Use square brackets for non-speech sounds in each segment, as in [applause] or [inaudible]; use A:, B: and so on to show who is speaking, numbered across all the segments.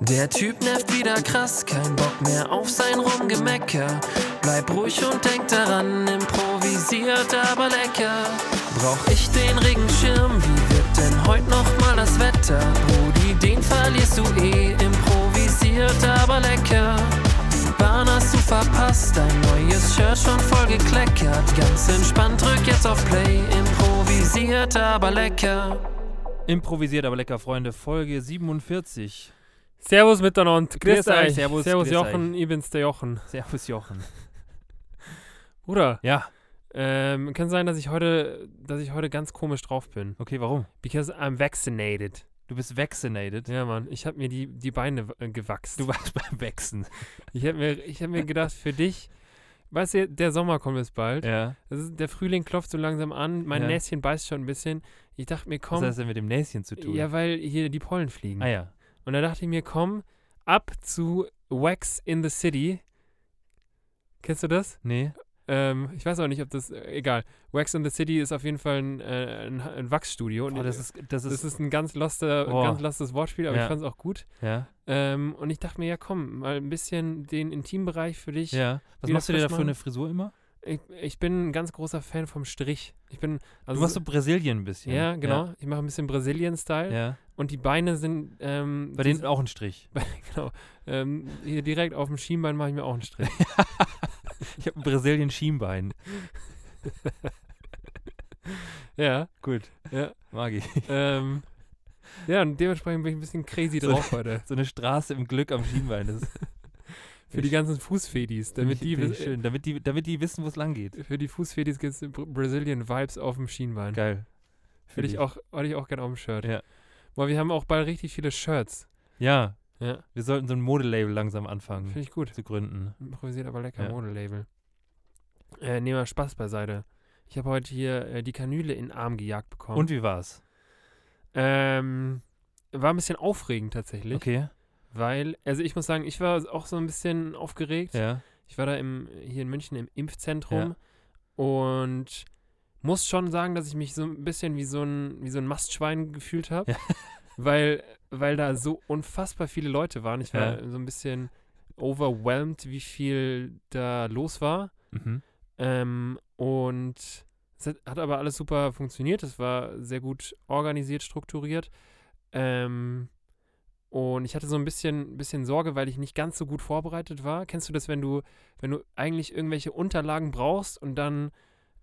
A: Der Typ nervt wieder krass, kein Bock mehr auf sein Rumgemecker. Bleib ruhig und denk daran, improvisiert aber lecker. Brauch ich den Regenschirm, wie wird denn heute nochmal das Wetter? Brudi, den verlierst du eh, improvisiert aber lecker. Die Bahn hast du verpasst, dein neues Shirt schon voll gekleckert. Ganz entspannt, drück jetzt auf Play, improvisiert aber lecker.
B: Improvisiert, aber lecker, Freunde. Folge 47.
C: Servus miteinander. Grüß,
B: Grüß euch,
C: euch.
B: servus, grüß
C: Jochen, ich bin's der Jochen.
B: Servus, Jochen.
C: Bruder,
B: Ja,
C: ähm, kann sein, dass ich heute, dass ich heute ganz komisch drauf bin.
B: okay, warum?
C: Because I'm vaccinated.
B: Du bist vaccinated.
C: Ja, Mann, ich hab mir die, die Beine äh, gewachsen.
B: Du warst beim Wachsen.
C: Ich hab mir, ich hab mir gedacht, für dich, weißt du, der Sommer kommt jetzt bald.
B: Ja.
C: Das ist, der Frühling klopft so langsam an, mein
B: Ja.
C: Näschen beißt schon ein bisschen. Ich dachte mir,
B: Was
C: komm,
B: hat das denn mit dem Näschen zu tun?
C: ja, weil hier die Pollen fliegen.
B: Ah ja.
C: Und da dachte ich mir, komm, ab zu Wax in the City. Kennst du das?
B: Nee.
C: Ähm, ich weiß auch nicht, ob das, äh, egal. Wax in the City ist auf jeden Fall ein, äh, ein, ein Wachsstudio. Und
B: Boah, Oh, das ist, das
C: das
B: ist,
C: ist ein ganz, loster,
B: Boah.
C: ganz lostes Wortspiel, aber
B: Ja.
C: ich fand es auch gut.
B: ja.
C: Ähm, und ich dachte mir, ja komm, mal ein bisschen den Intimbereich für dich.
B: Ja. Was
C: wieder
B: machst du dir da
C: frisch
B: für
C: machen.
B: eine Frisur immer?
C: Ich, ich bin ein ganz großer Fan vom Strich. Ich bin, also,
B: du machst so Brasilien ein bisschen.
C: ja, genau. Ich mache ein bisschen Brasilien-Style.
B: Ja. ja.
C: Und die Beine sind, ähm,
B: Bei
C: die
B: denen auch ein Strich.
C: genau, ähm, hier direkt auf dem Schienbein mache ich mir auch einen Strich.
B: [laughs] Ich habe ein Brasilien-Schienbein.
C: ja,
B: Gut.
C: Ja.
B: Mag ich.
C: ähm, ja, und dementsprechend bin ich ein bisschen crazy
B: So-
C: drauf heute.
B: So eine Straße im Glück am Schienbein. Das [laughs] ist
C: Für die ganzen Fußfedis,
B: Finde
C: damit
B: ich- [laughs]
C: die,
B: finde ich
C: wis-
B: schön. Damit die, damit die wissen, wo es lang geht.
C: für die Fußfedis gibt es Brazilian Vibes auf dem Schienbein.
B: Geil.
C: Hätte
B: Finde
C: ich auch, hätte ich auch gerne auf dem Shirt.
B: Ja.
C: Boah, wir haben auch bald richtig viele Shirts.
B: Ja.
C: Ja.
B: Wir sollten so ein Modelabel langsam anfangen
C: Finde ich gut.
B: zu gründen.
C: Improvisiert aber lecker
B: Ja.
C: Modelabel. Äh, nehmen wir Spaß beiseite. Ich habe heute hier äh, die Kanüle in den Arm gejagt bekommen.
B: Und wie war's?
C: Ähm, war ein bisschen aufregend tatsächlich.
B: Okay.
C: Weil, also ich muss sagen, ich war auch so ein bisschen aufgeregt.
B: Ja.
C: Ich war da im, hier in München im Impfzentrum und muss schon sagen, dass ich mich so ein bisschen wie so ein, wie so ein Mastschwein gefühlt habe.
B: Ja.
C: [laughs] Weil, weil da so unfassbar viele Leute waren. Ich war
B: Ja.
C: so ein bisschen overwhelmed, wie viel da los war.
B: Mhm.
C: Ähm, und es hat, hat aber alles super funktioniert. Es war sehr gut organisiert, strukturiert. Ähm, und ich hatte so ein bisschen, bisschen Sorge, weil ich nicht ganz so gut vorbereitet war. Kennst du das, wenn du, wenn du eigentlich irgendwelche Unterlagen brauchst und dann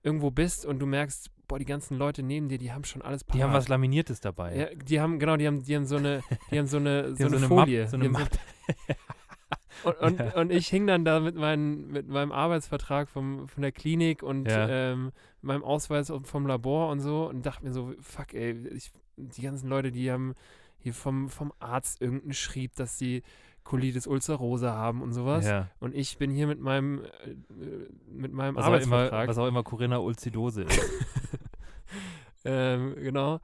C: irgendwo bist und du merkst, boah, die ganzen Leute neben dir, die haben schon alles
B: Die haben
C: parat.
B: was Laminiertes dabei.
C: Ja, die haben, genau, die haben, die haben so eine, die haben so eine,
B: Ah, [laughs] Die
C: so
B: haben
C: eine,
B: Map-
C: Folie.
B: so eine
C: die haben
B: Mappe. [laughs]
C: und, und,
B: Ja.
C: und ich hing dann da mit, meinen, mit meinem Arbeitsvertrag vom, von der Klinik und
B: Ja.
C: ähm, meinem Ausweis und vom Labor und so und dachte mir so, fuck, ey, ich, die ganzen Leute, die haben hier vom, vom Arzt irgendeinen Schrieb, dass sie Colitis ulcerosa haben und sowas.
B: Ja.
C: Und ich bin hier mit meinem, äh, mit meinem
B: Was, auch immer,
C: Arbeitsvertrag.
B: was auch immer Corinna Ulcidose ist.
C: Ähm, genau.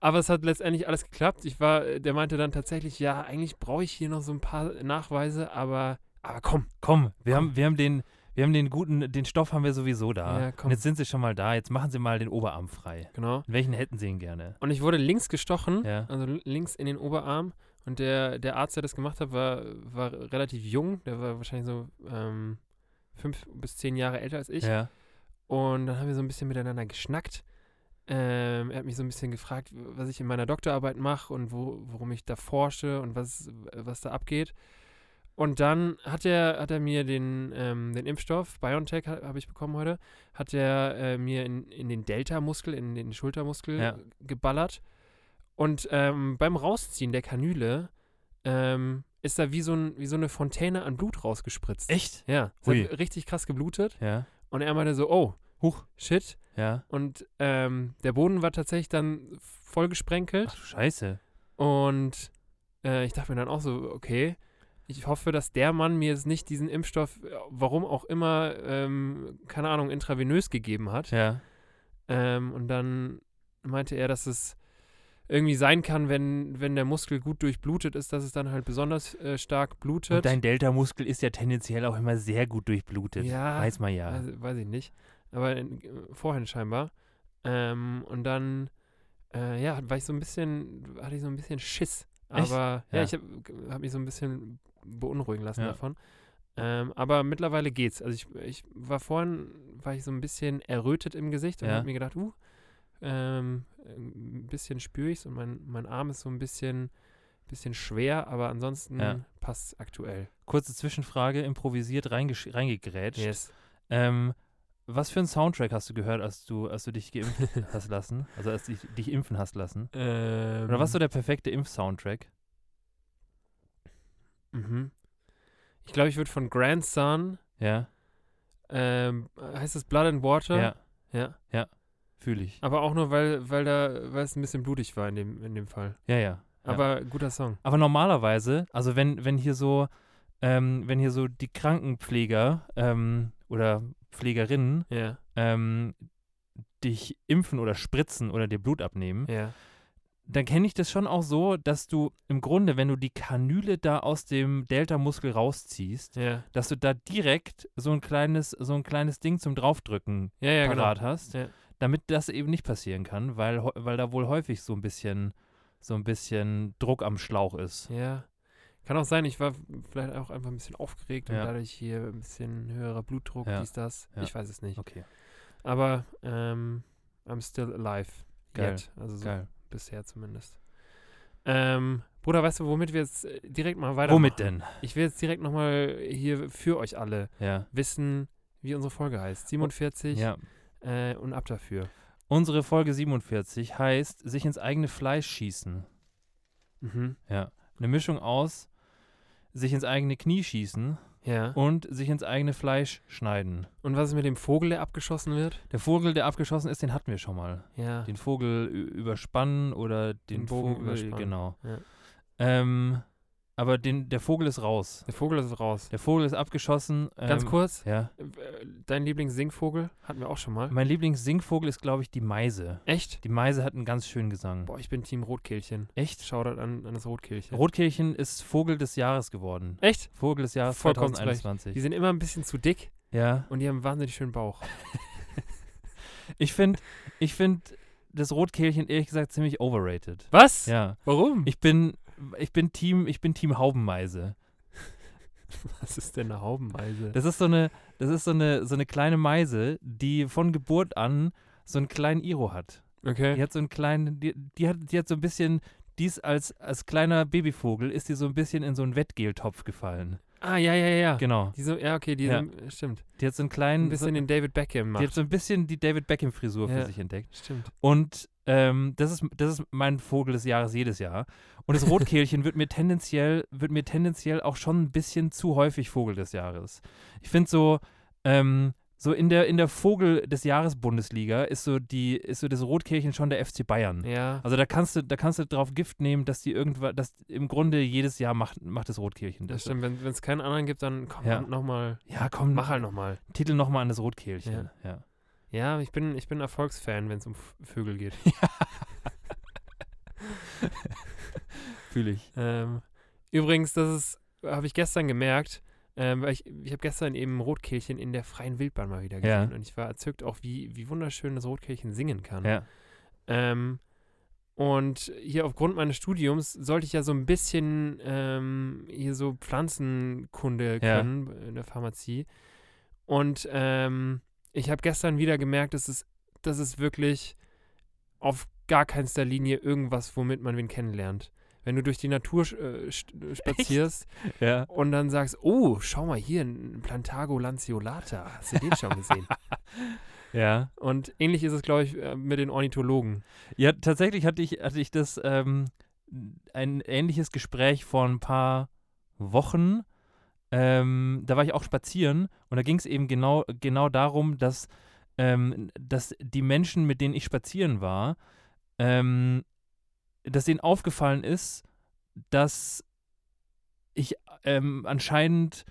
C: Aber es hat letztendlich alles geklappt. Ich war, äh, der meinte dann tatsächlich, ja, eigentlich brauche ich hier noch so ein paar Nachweise, aber, aber komm,
B: Komm, wir haben, wir haben den. Wir haben den guten, den Stoff haben wir sowieso da.
C: Ja, komm.
B: Und jetzt sind sie schon mal da. Jetzt machen sie mal den Oberarm frei.
C: genau.
B: Welchen hätten sie ihn gerne?
C: Und ich wurde links gestochen,
B: Ja.
C: also l- links in den Oberarm. Und der, der Arzt, der das gemacht hat, war, war relativ jung. Der war wahrscheinlich so ähm, fünf bis zehn Jahre älter als ich.
B: ja.
C: Und dann haben wir so ein bisschen miteinander geschnackt. Ähm, er hat mich so ein bisschen gefragt, w- was ich in meiner Doktorarbeit mache und wo, worum ich da forsche und was, was da abgeht. Und dann hat er, hat er mir den, ähm, den Impfstoff, BioNTech ha- habe ich bekommen heute, hat er äh, mir in, in den Delta-Muskel, in den Schultermuskel
B: Ja.
C: geballert. Und ähm, beim Rausziehen der Kanüle ähm, ist da wie so, ein, wie so eine Fontäne an Blut rausgespritzt.
B: Echt?
C: Ja, es
B: Hui.
C: hat richtig krass geblutet.
B: Ja.
C: Und er meinte so, oh,
B: Huch.
C: shit.
B: Ja.
C: Und ähm, der Boden war tatsächlich dann voll gesprenkelt.
B: Ach du Scheiße.
C: Und äh, ich dachte mir dann auch so, okay, ich hoffe, dass der Mann mir jetzt nicht diesen Impfstoff, äh, warum auch immer, ähm, keine Ahnung, intravenös gegeben hat.
B: Ja.
C: Ähm, und dann meinte er, dass es irgendwie sein kann, wenn, wenn der Muskel gut durchblutet ist, dass es dann halt besonders äh, stark blutet.
B: Und dein Delta-Muskel ist ja tendenziell auch immer sehr gut durchblutet.
C: Ja. Also
B: Weiß man ja.
C: Weiß, weiß ich nicht. Aber in, äh, vorhin scheinbar. Ähm, und dann, äh, ja, war ich so ein bisschen, hatte ich so ein bisschen Schiss.
B: Echt?
C: Aber ja,
B: Ja.
C: ich habe hab mich so ein bisschen beunruhigen lassen
B: Ja.
C: davon. Ähm, aber mittlerweile geht's. Also ich, ich war vorhin, war ich so ein bisschen errötet im Gesicht und
B: Ja.
C: habe mir gedacht, uh, ähm, ein bisschen spüre ich's und mein, mein Arm ist so ein bisschen, bisschen schwer, aber ansonsten
B: Ja.
C: passt aktuell.
B: Kurze Zwischenfrage, improvisiert reingesch- reingegrätscht.
C: Yes. [laughs]
B: Ähm, was für einen Soundtrack hast du gehört, als du, als du dich geimpft hast lassen? Also als dich, dich impfen hast lassen?
C: Ähm,
B: Oder was ist so der perfekte Impf-Soundtrack?
C: Mhm. Ich glaube, ich würde von Grandson,
B: Ja,
C: ähm, heißt es Blood and Water?
B: ja,
C: Ja.
B: fühle ich.
C: Aber auch nur, weil, weil da, weil es ein bisschen blutig war in dem, in dem Fall.
B: Ja, ja. Ja.
C: Aber guter Song.
B: Aber normalerweise, also wenn, wenn hier so, ähm, wenn hier so die Krankenpfleger ähm, oder Pflegerinnen
C: Ja,
B: ähm, dich impfen oder spritzen oder dir Blut abnehmen,
C: ja.
B: dann kenne ich das schon auch so, dass du im Grunde, wenn du die Kanüle da aus dem Delta-Muskel rausziehst,
C: Ja,
B: dass du da direkt so ein kleines, so ein kleines Ding zum Draufdrücken
C: ja, ja genau.
B: parat hast,
C: Ja.
B: damit das eben nicht passieren kann, weil, hau- weil da wohl häufig so ein bisschen, so ein bisschen Druck am Schlauch ist.
C: Ja. Kann auch sein, ich war vielleicht auch einfach ein bisschen aufgeregt und
B: Ja.
C: dadurch hier ein bisschen höherer Blutdruck,
B: Ja.
C: dies, das.
B: Ja.
C: Ich weiß es nicht.
B: Okay,
C: Aber ähm, I'm still alive.
B: Geil.
C: Yet. Also so
B: geil.
C: bisher zumindest. Ähm, Bruder, weißt du, womit wir jetzt äh, direkt mal weitermachen?
B: Womit denn?
C: Ich will jetzt direkt nochmal hier für euch alle
B: Ja.
C: wissen, wie unsere Folge heißt. 47
B: ja.
C: äh, und ab dafür.
B: Unsere Folge 47 heißt Sich ins eigene Fleisch schießen.
C: Mhm.
B: Ja. Eine Mischung aus sich ins eigene Knie schießen
C: Ja.
B: und sich ins eigene Fleisch schneiden.
C: Und was ist mit dem Vogel, der abgeschossen wird?
B: Der Vogel, der abgeschossen ist, den hatten wir schon mal.
C: Ja.
B: Den Vogel ü- überspannen oder den,
C: Den Bogen
B: Vogel,
C: überspannen.
B: genau.
C: Ja.
B: Ähm, aber den, der Vogel ist raus.
C: Der Vogel ist raus.
B: Der Vogel ist abgeschossen. Ähm,
C: Ganz kurz,
B: Ja.
C: äh, dein Lieblingssingvogel hatten wir auch schon mal.
B: Mein Lieblingssingvogel ist, glaube ich, die Meise.
C: Echt?
B: Die Meise hat einen ganz schönen Gesang.
C: Boah, ich bin Team Rotkehlchen.
B: Echt?
C: Shoutout an, an das Rotkehlchen.
B: Rotkehlchen ist Vogel des Jahres geworden.
C: Echt?
B: Vogel des Jahres
C: Vollkommen zu Recht.
B: 2021.
C: Die sind immer ein bisschen zu dick
B: Ja.
C: und die haben einen wahnsinnig
B: [laughs]
C: schönen Bauch.
B: Ich finde, ich finde das Rotkehlchen ehrlich gesagt ziemlich overrated.
C: Was?
B: Ja.
C: Warum?
B: Ich bin, ich bin Team, ich bin Team Haubenmeise.
C: was ist denn eine Haubenmeise?
B: Das ist so eine, das ist so eine, so eine kleine Meise, die von Geburt an so einen kleinen Iro hat. Die
C: Okay.
B: hat so einen kleinen, die, die hat, die hat so ein bisschen, dies als, als kleiner Babyvogel ist die so ein bisschen in so einen Wettgeltopf gefallen.
C: Ah, ja, ja, ja. ja.
B: Genau.
C: Die so, ja, okay, die
B: Ja.
C: sind, äh, stimmt.
B: Die hat so einen kleinen,
C: Ein bisschen
B: so,
C: den David Beckham
B: die hat
C: macht.
B: so ein bisschen die David Beckham Frisur
C: Ja.
B: für sich entdeckt.
C: Stimmt.
B: Und ähm, das, ist, das ist mein Vogel des Jahres jedes Jahr. Und das Rotkehlchen wird mir tendenziell, wird mir tendenziell auch schon ein bisschen zu häufig Vogel des Jahres. Ich finde so, ähm, so in der, in der Vogel des Jahres Bundesliga ist so die, ist so das Rotkehlchen schon der FC Bayern.
C: Ja.
B: Also da kannst du, da kannst du drauf Gift nehmen, dass die irgendwann, dass im Grunde jedes Jahr macht, macht das Rotkehlchen
C: Das stimmt. Wenn es keinen anderen gibt, dann komm
B: Ja.
C: nochmal.
B: Ja, komm,
C: Mach halt nochmal.
B: Titel nochmal an das Rotkehlchen. Ja.
C: Ja, ich bin, ich bin Erfolgsfan, wenn es um F- Vögel geht.
B: Fühle ich.
C: [laughs] ähm, übrigens, das ist, habe ich gestern gemerkt, ähm, weil ich, ich habe gestern eben Rotkehlchen in der freien Wildbahn mal wieder
B: Ja.
C: gesehen und ich war erzückt auch, wie, wie wunderschön das Rotkehlchen singen kann.
B: Ja.
C: Ähm, und hier aufgrund meines Studiums sollte ich ja so ein bisschen ähm, hier so Pflanzenkunde
B: Ja.
C: können in der Pharmazie. Und ähm, ich habe gestern wieder gemerkt, dass es, dass es wirklich auf gar keinster Linie irgendwas, womit man wen kennenlernt. Wenn du durch die Natur sch- äh, st- spazierst
B: Ja.
C: und dann sagst, oh, schau mal hier, ein Plantago lanceolata, hast du den schon gesehen?
B: Ja.
C: und ähnlich ist es, glaube ich, äh, mit den Ornithologen.
B: Ja, tatsächlich hatte ich, hatte ich das, ähm, ein ähnliches Gespräch vor ein paar Wochen. Ähm, da war ich auch spazieren und da ging es eben genau, genau darum, dass, ähm, dass die Menschen, mit denen ich spazieren war, ähm, dass denen aufgefallen ist, dass ich ähm, anscheinend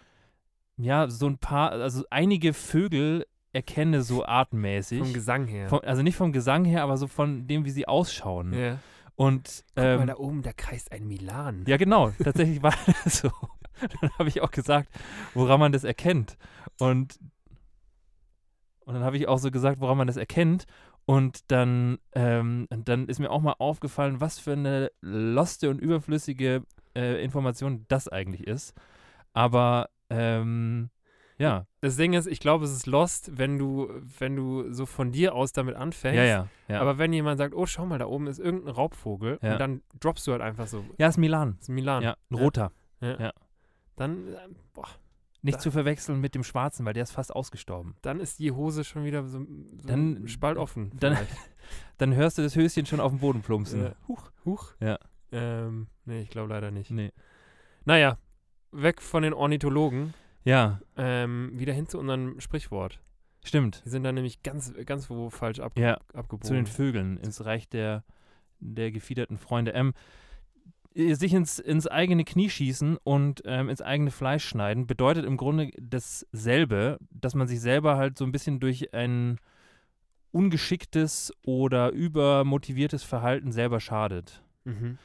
B: ja so ein paar, also einige Vögel erkenne so artmäßig.
C: Vom Gesang her.
B: Vom, also nicht vom Gesang her, aber so von dem, wie sie ausschauen.
C: ja.
B: Und
C: Guck mal
B: ähm,
C: da oben, da kreist ein Milan.
B: ja, genau, tatsächlich [laughs] war das so. Dann habe ich auch gesagt, woran man das erkennt. Und, und dann habe ich auch so gesagt, woran man das erkennt. Und dann, ähm, und dann ist mir auch mal aufgefallen, was für eine loste und überflüssige äh, Information das eigentlich ist. Aber ähm, ja,
C: Das Ding ist, ich glaube, es ist lost, wenn du, wenn du so von dir aus damit anfängst.
B: ja, ja, ja.
C: Aber wenn jemand sagt, oh, schau mal, da oben ist irgendein Raubvogel,
B: Ja.
C: und dann droppst du halt einfach so,
B: ja, ist Milan.
C: das ist Milan.
B: Ja, ein roter.
C: Dann, äh, boah,
B: Nicht
C: Da-
B: zu verwechseln mit dem schwarzen, weil der ist fast ausgestorben.
C: dann ist die Hose schon wieder so, so
B: Dann-
C: ein Spalt offen.
B: dann- [laughs]
C: vielleicht.
B: Dann hörst du das Höschen schon auf dem Boden plumpsen.
C: Ja.
B: Huch.
C: Huch.
B: Ja.
C: Ähm, nee, ich glaube leider nicht.
B: Nee.
C: Naja, weg von den Ornithologen,
B: Ja,
C: ähm, wieder hin zu unserem Sprichwort.
B: stimmt.
C: Die sind dann nämlich ganz, ganz wo falsch ab,
B: Ja,
C: abgebogen.
B: zu den Vögeln ins Reich der, der gefiederten Freunde. Ähm, äh, sich ins, ins eigene Knie schießen und ähm, ins eigene Fleisch schneiden bedeutet im Grunde dasselbe, dass man sich selber halt so ein bisschen durch ein ungeschicktes oder übermotiviertes Verhalten selber schadet.
C: mhm.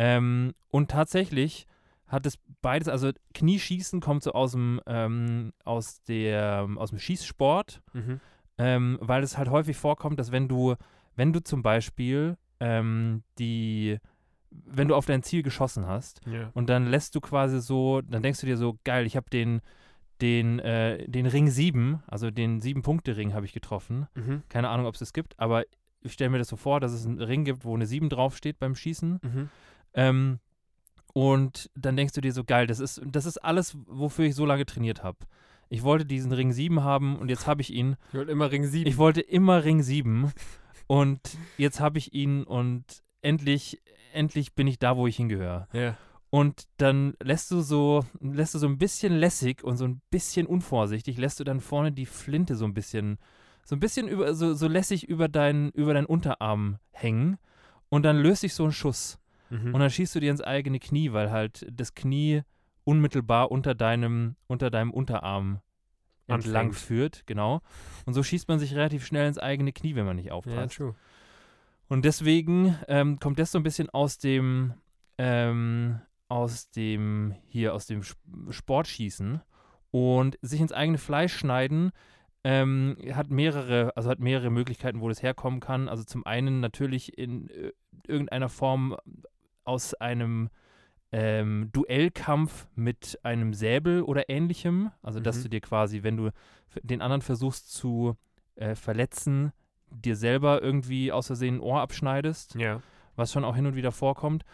B: Ähm, und tatsächlich hat es beides, also Knieschießen kommt so aus dem, ähm, aus der, aus dem Schießsport,
C: Mhm.
B: ähm, weil es halt häufig vorkommt, dass wenn du, wenn du zum Beispiel ähm, die, wenn du auf dein Ziel geschossen hast
C: Ja.
B: und dann lässt du quasi so, dann denkst du dir so, geil, ich habe den, den, äh, den Ring 7, also den 7-Punkte-Ring habe ich getroffen.
C: Mhm.
B: Keine Ahnung, ob es das gibt, aber ich stelle mir das so vor, dass es einen Ring gibt, wo eine 7 draufsteht beim Schießen.
C: Mhm.
B: Ähm, und dann denkst du dir so, geil, das ist, das ist alles, wofür ich so lange trainiert habe. Ich wollte diesen Ring 7 haben und jetzt habe ich ihn.
C: Ich wollte immer Ring 7.
B: Ich wollte immer Ring 7 und jetzt habe ich ihn und endlich, endlich bin ich da, wo ich hingehöre.
C: ja.
B: Und dann lässt du so, lässt du so ein bisschen lässig und so ein bisschen unvorsichtig, lässt du dann vorne die Flinte so ein bisschen, so ein bisschen über, so, so lässig über deinen, über deinen Unterarm hängen und dann löst sich so ein Schuss.
C: Mhm.
B: Und dann schießt du dir ins eigene Knie, weil halt das Knie unmittelbar unter deinem, unter deinem Unterarm entlang
C: Anfängt.
B: führt, genau. Und so schießt man sich relativ schnell ins eigene Knie, wenn man nicht
C: ja,
B: aufpasst.
C: true.
B: und deswegen ähm, kommt das so ein bisschen aus dem, ähm, aus dem, hier, aus dem Sp- Sportschießen. Und sich ins eigene Fleisch schneiden ähm, hat mehrere, also hat mehrere Möglichkeiten, wo das herkommen kann. Also zum einen natürlich in äh, irgendeiner Form aus einem ähm, Duellkampf mit einem Säbel oder ähnlichem. Also dass
C: Mhm.
B: du dir quasi, wenn du f- den anderen versuchst zu äh, verletzen, dir selber irgendwie aus Versehen ein Ohr abschneidest
C: Ja.
B: was schon auch hin und wieder vorkommt.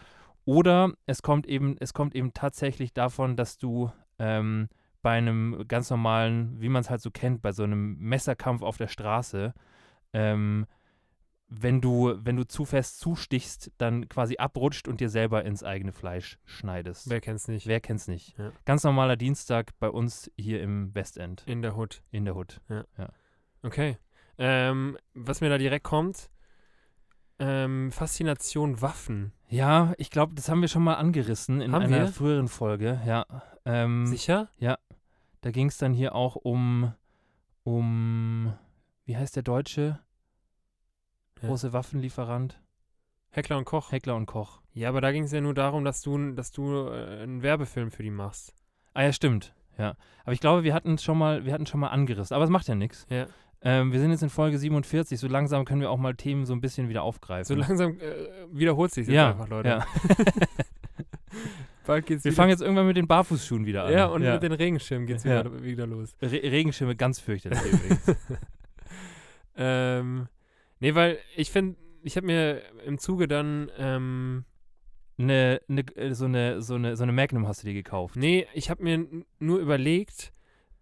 B: Oder es kommt eben, es kommt eben tatsächlich davon, dass du ähm, bei einem ganz normalen, wie man es halt so kennt, bei so einem Messerkampf auf der Straße, ähm, wenn du, wenn du zu fest zustichst, dann quasi abrutscht und dir selber ins eigene Fleisch schneidest.
C: Wer kennt's nicht?
B: Wer kennt's nicht?
C: Ja.
B: Ganz normaler Dienstag bei uns hier im Westend,
C: In der Hood.
B: in der Hood.
C: Okay. Ähm, was mir da direkt kommt, ähm, Faszination Waffen.
B: Ja, ich glaube, das haben wir schon mal angerissen in
C: Haben
B: einer
C: wir?
B: früheren Folge. Ja. Ähm,
C: Sicher?
B: Da ging es dann hier auch um, um, wie heißt der deutsche
C: Ja.
B: große Waffenlieferant?
C: Heckler und Koch.
B: Heckler und Koch.
C: Ja, aber da ging es ja nur darum, dass du, n- dass du äh, einen Werbefilm für die machst.
B: Ah ja, stimmt. Ja. Aber ich glaube, wir hatten schon mal, wir hatten schon mal angerissen. Aber es macht ja nichts.
C: Ja.
B: Ähm, wir sind jetzt in Folge 47. So langsam können wir auch mal Themen so ein bisschen wieder
C: So
B: aufgreifen.
C: langsam äh, wiederholt sich jetzt
B: ja,
C: einfach, Leute.
B: Ja.
C: Bald geht's
B: Wir
C: wieder.
B: fangen jetzt irgendwann mit den Barfußschuhen wieder an.
C: ja, und mit den Regenschirmen geht's
B: Ja.
C: wieder, wieder los.
B: Re Regenschirme ganz fürchterlich
C: [laughs]
B: übrigens.
C: ähm, nee, weil ich finde, ich habe mir im Zuge dann, ähm,
B: Ne, ne, äh, so, eine, so, eine, so eine Magnum hast du dir gekauft.
C: nee, ich habe mir n- nur überlegt,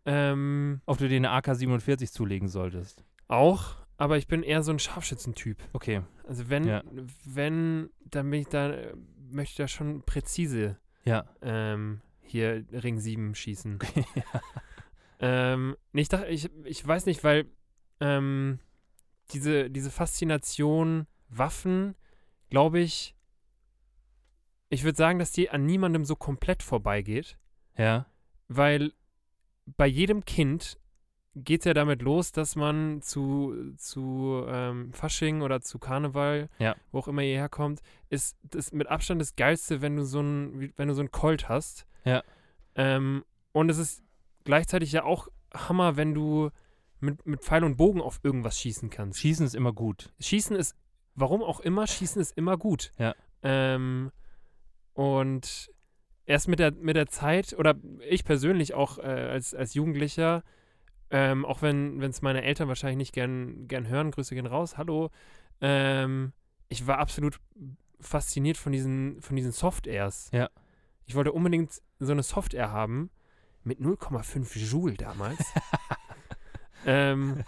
C: ähm,
B: Ob du dir eine AK-47 zulegen solltest.
C: Auch, aber ich bin eher so ein Scharfschützentyp.
B: Okay.
C: Also wenn,
B: Ja.
C: wenn, dann bin ich da, äh, möchte ich da schon präzise
B: Ja.
C: ähm, hier Ring 7 schießen. ähm, nee, ich dachte, ich, ich weiß nicht, weil ähm, diese, diese Faszination Waffen, glaube ich, ich würde sagen, dass die an niemandem so komplett vorbeigeht,
B: Ja.
C: weil bei jedem Kind geht es ja damit los, dass man zu, zu ähm, Fasching oder zu Karneval,
B: Ja.
C: wo auch immer ihr herkommt, ist das mit Abstand das Geilste, wenn du so ein, wie- wenn du so ein Colt hast.
B: Ja.
C: Ähm, und es ist gleichzeitig ja auch Hammer, wenn du mit, mit Pfeil und Bogen auf irgendwas schießen kannst.
B: Schießen ist immer gut.
C: Schießen ist, warum auch immer, Schießen ist immer gut.
B: Ja.
C: Ähm, und erst mit der, mit der Zeit, oder ich persönlich auch äh, als, als Jugendlicher, ähm, auch wenn es meine Eltern wahrscheinlich nicht gern, gern hören, Grüße gehen raus, hallo, ähm, ich war absolut fasziniert von diesen, von diesen Soft-Airs.
B: Ja.
C: Ich wollte unbedingt so eine Soft-Air haben, mit 0,5 Joule damals. ähm,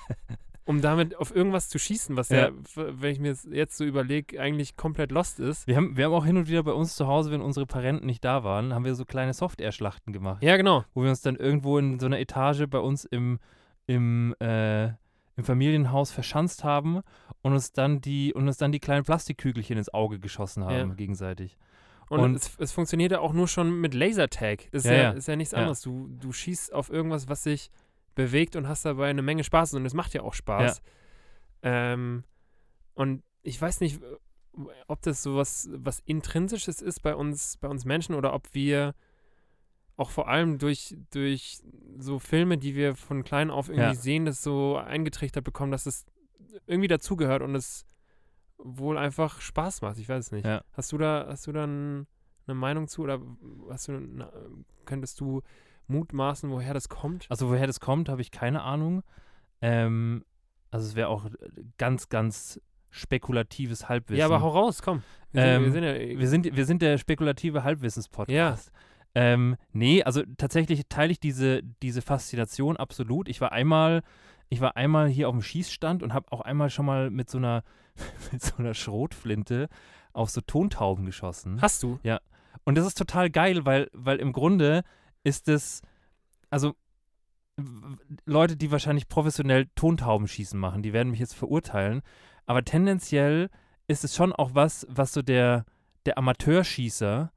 C: um damit auf irgendwas zu schießen, was ja,
B: Ja.
C: wenn ich mir das jetzt so überlege, eigentlich komplett lost ist.
B: Wir haben, wir haben auch hin und wieder bei uns zu Hause, wenn unsere Parenten nicht da waren, haben wir so kleine Soft-Air-Schlachten gemacht,
C: Ja, genau.
B: wo wir uns dann irgendwo in so einer Etage bei uns im, im, äh, im Familienhaus verschanzt haben und uns dann die und uns dann die kleinen Plastikkügelchen ins Auge geschossen haben
C: Ja.
B: gegenseitig.
C: Und,
B: Und-
C: es, es funktioniert ja auch nur schon mit Lasertag. Das ist ja,
B: Ja, ja.
C: Ist ja nichts
B: Ja.
C: anderes. Du, du schießt auf irgendwas, was sich bewegt und hast dabei eine Menge Spaß. Und es macht ja auch Spaß. Ähm, und ich weiß nicht, ob das sowas was Intrinsisches ist bei uns, bei uns Menschen oder ob wir auch vor allem durch, durch so Filme, die wir von klein auf irgendwie
B: Ja.
C: sehen, das so eingetrichtert bekommen, dass es irgendwie dazugehört und es wohl einfach Spaß macht. Ich weiß es nicht.
B: Ja.
C: Hast du da, hast du da n- eine Meinung zu oder hast du, na, könntest du mutmaßen, woher das kommt?
B: Also woher das kommt, habe ich keine Ahnung. Ähm, also es wäre auch äh, ganz, ganz spekulatives Halbwissen.
C: Ja, aber hau raus, komm. Wir sind, wir
B: Ähm,
C: sind ja, äh,
B: wir sind, wir sind der spekulative Halbwissens-Podcast.
C: Ja.
B: Ähm, nee, also tatsächlich teile ich diese, diese Faszination absolut. Ich war einmal, ich war einmal hier auf dem Schießstand und habe auch einmal schon mal mit so einer, [laughs] mit so einer Schrotflinte auf so Tontauben geschossen.
C: hast du?
B: Und das ist total geil, weil, weil im Grunde ist es, also w- Leute, die wahrscheinlich professionell Tontaubenschießen machen, die werden mich jetzt verurteilen, aber tendenziell ist es schon auch was, was so der, der Amateurschießer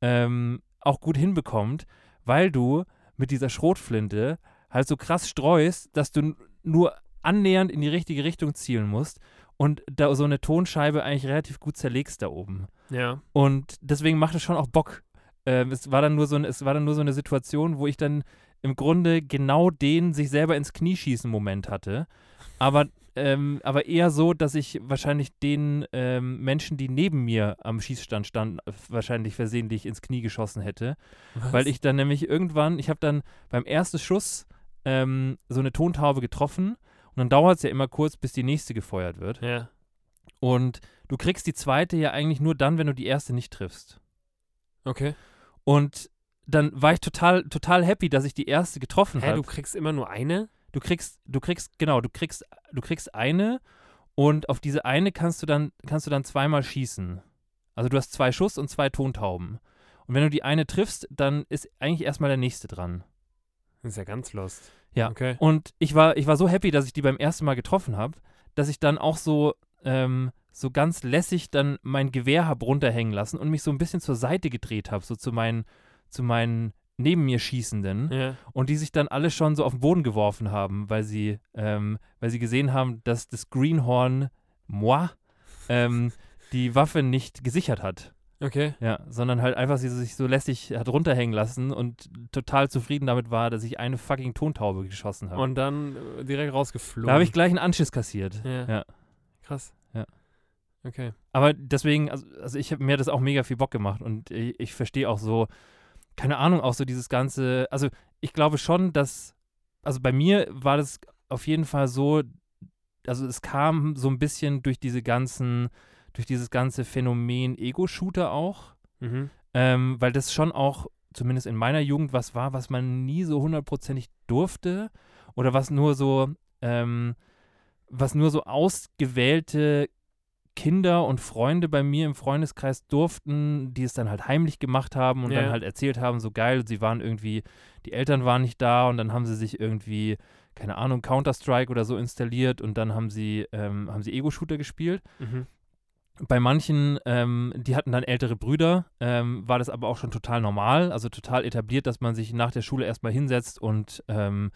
B: ähm, auch gut hinbekommt, weil du mit dieser Schrotflinte halt so krass streust, dass du n- nur annähernd in die richtige Richtung zielen musst und da so eine Tonscheibe eigentlich relativ gut zerlegst da oben.
C: Ja.
B: Und deswegen macht es schon auch Bock. Ähm, es, war dann nur so ein, es war dann nur so eine Situation, wo ich dann im Grunde genau den sich selber ins Knie schießen Moment hatte. Aber, ähm, aber eher so, dass ich wahrscheinlich den ähm, Menschen, die neben mir am Schießstand standen, äh, wahrscheinlich versehentlich ins Knie geschossen hätte. Weil ich dann nämlich irgendwann, ich habe dann beim ersten Schuss ähm, so eine Tontaube getroffen. Und dann dauert es ja immer kurz, bis die nächste gefeuert wird.
C: Ja.
B: Und du kriegst die zweite ja eigentlich nur dann, wenn du die erste nicht triffst. [laughs]
C: Okay.
B: Und dann war ich total, total happy, dass ich die erste getroffen
C: Hä,
B: habe.
C: du
B: Du,
C: kriegst immer nur eine?
B: kriegst, du kriegst, genau, du kriegst, du kriegst eine und auf diese eine kannst du dann, kannst du dann zweimal schießen. Also du hast zwei Schuss und zwei Tontauben. Und wenn du die eine triffst, dann ist eigentlich erstmal der nächste dran.
C: Das ist ja ganz lost.
B: Ja.
C: Okay.
B: Und ich war, ich war so happy, dass ich die beim ersten Mal getroffen habe, dass ich dann auch so, ähm, so ganz lässig dann mein Gewehr habe runterhängen lassen und mich so ein bisschen zur Seite gedreht habe, so zu meinen, zu meinen neben mir Schießenden.
C: Ja.
B: und die sich dann alle schon so auf den Boden geworfen haben, weil sie, ähm, weil sie gesehen haben, dass das Greenhorn moi ähm, die Waffe nicht gesichert hat.
C: Okay.
B: Ja, sondern halt einfach sie sich so lässig hat runterhängen lassen und total zufrieden damit war, dass ich eine fucking Tontaube geschossen habe.
C: Und dann äh, direkt rausgeflogen.
B: Da habe ich gleich einen Anschiss kassiert.
C: Ja.
B: Ja.
C: Krass.
B: Ja.
C: Okay.
B: Aber deswegen, also, also ich habe mir hat das auch mega viel Bock gemacht und ich, ich verstehe auch so, keine Ahnung, auch so dieses ganze, also ich glaube schon, dass, also bei mir war das auf jeden Fall so, also es kam so ein bisschen durch diese ganzen, durch dieses ganze Phänomen Ego-Shooter auch,
C: Mhm.
B: ähm, weil das schon auch, zumindest in meiner Jugend, was war, was man nie so hundertprozentig durfte oder was nur so, ähm, was nur so ausgewählte Kinder und Freunde bei mir im Freundeskreis durften, die es dann halt heimlich gemacht haben und
C: Ja.
B: dann halt erzählt haben, so geil, sie waren irgendwie, die Eltern waren nicht da und dann haben sie sich irgendwie, keine Ahnung, Counter-Strike oder so installiert und dann haben sie, ähm, haben sie Ego-Shooter gespielt
C: Mhm.
B: bei manchen, ähm, die hatten dann ältere Brüder, ähm, war das aber auch schon total normal, also total etabliert, dass man sich nach der Schule erstmal hinsetzt und, ähm,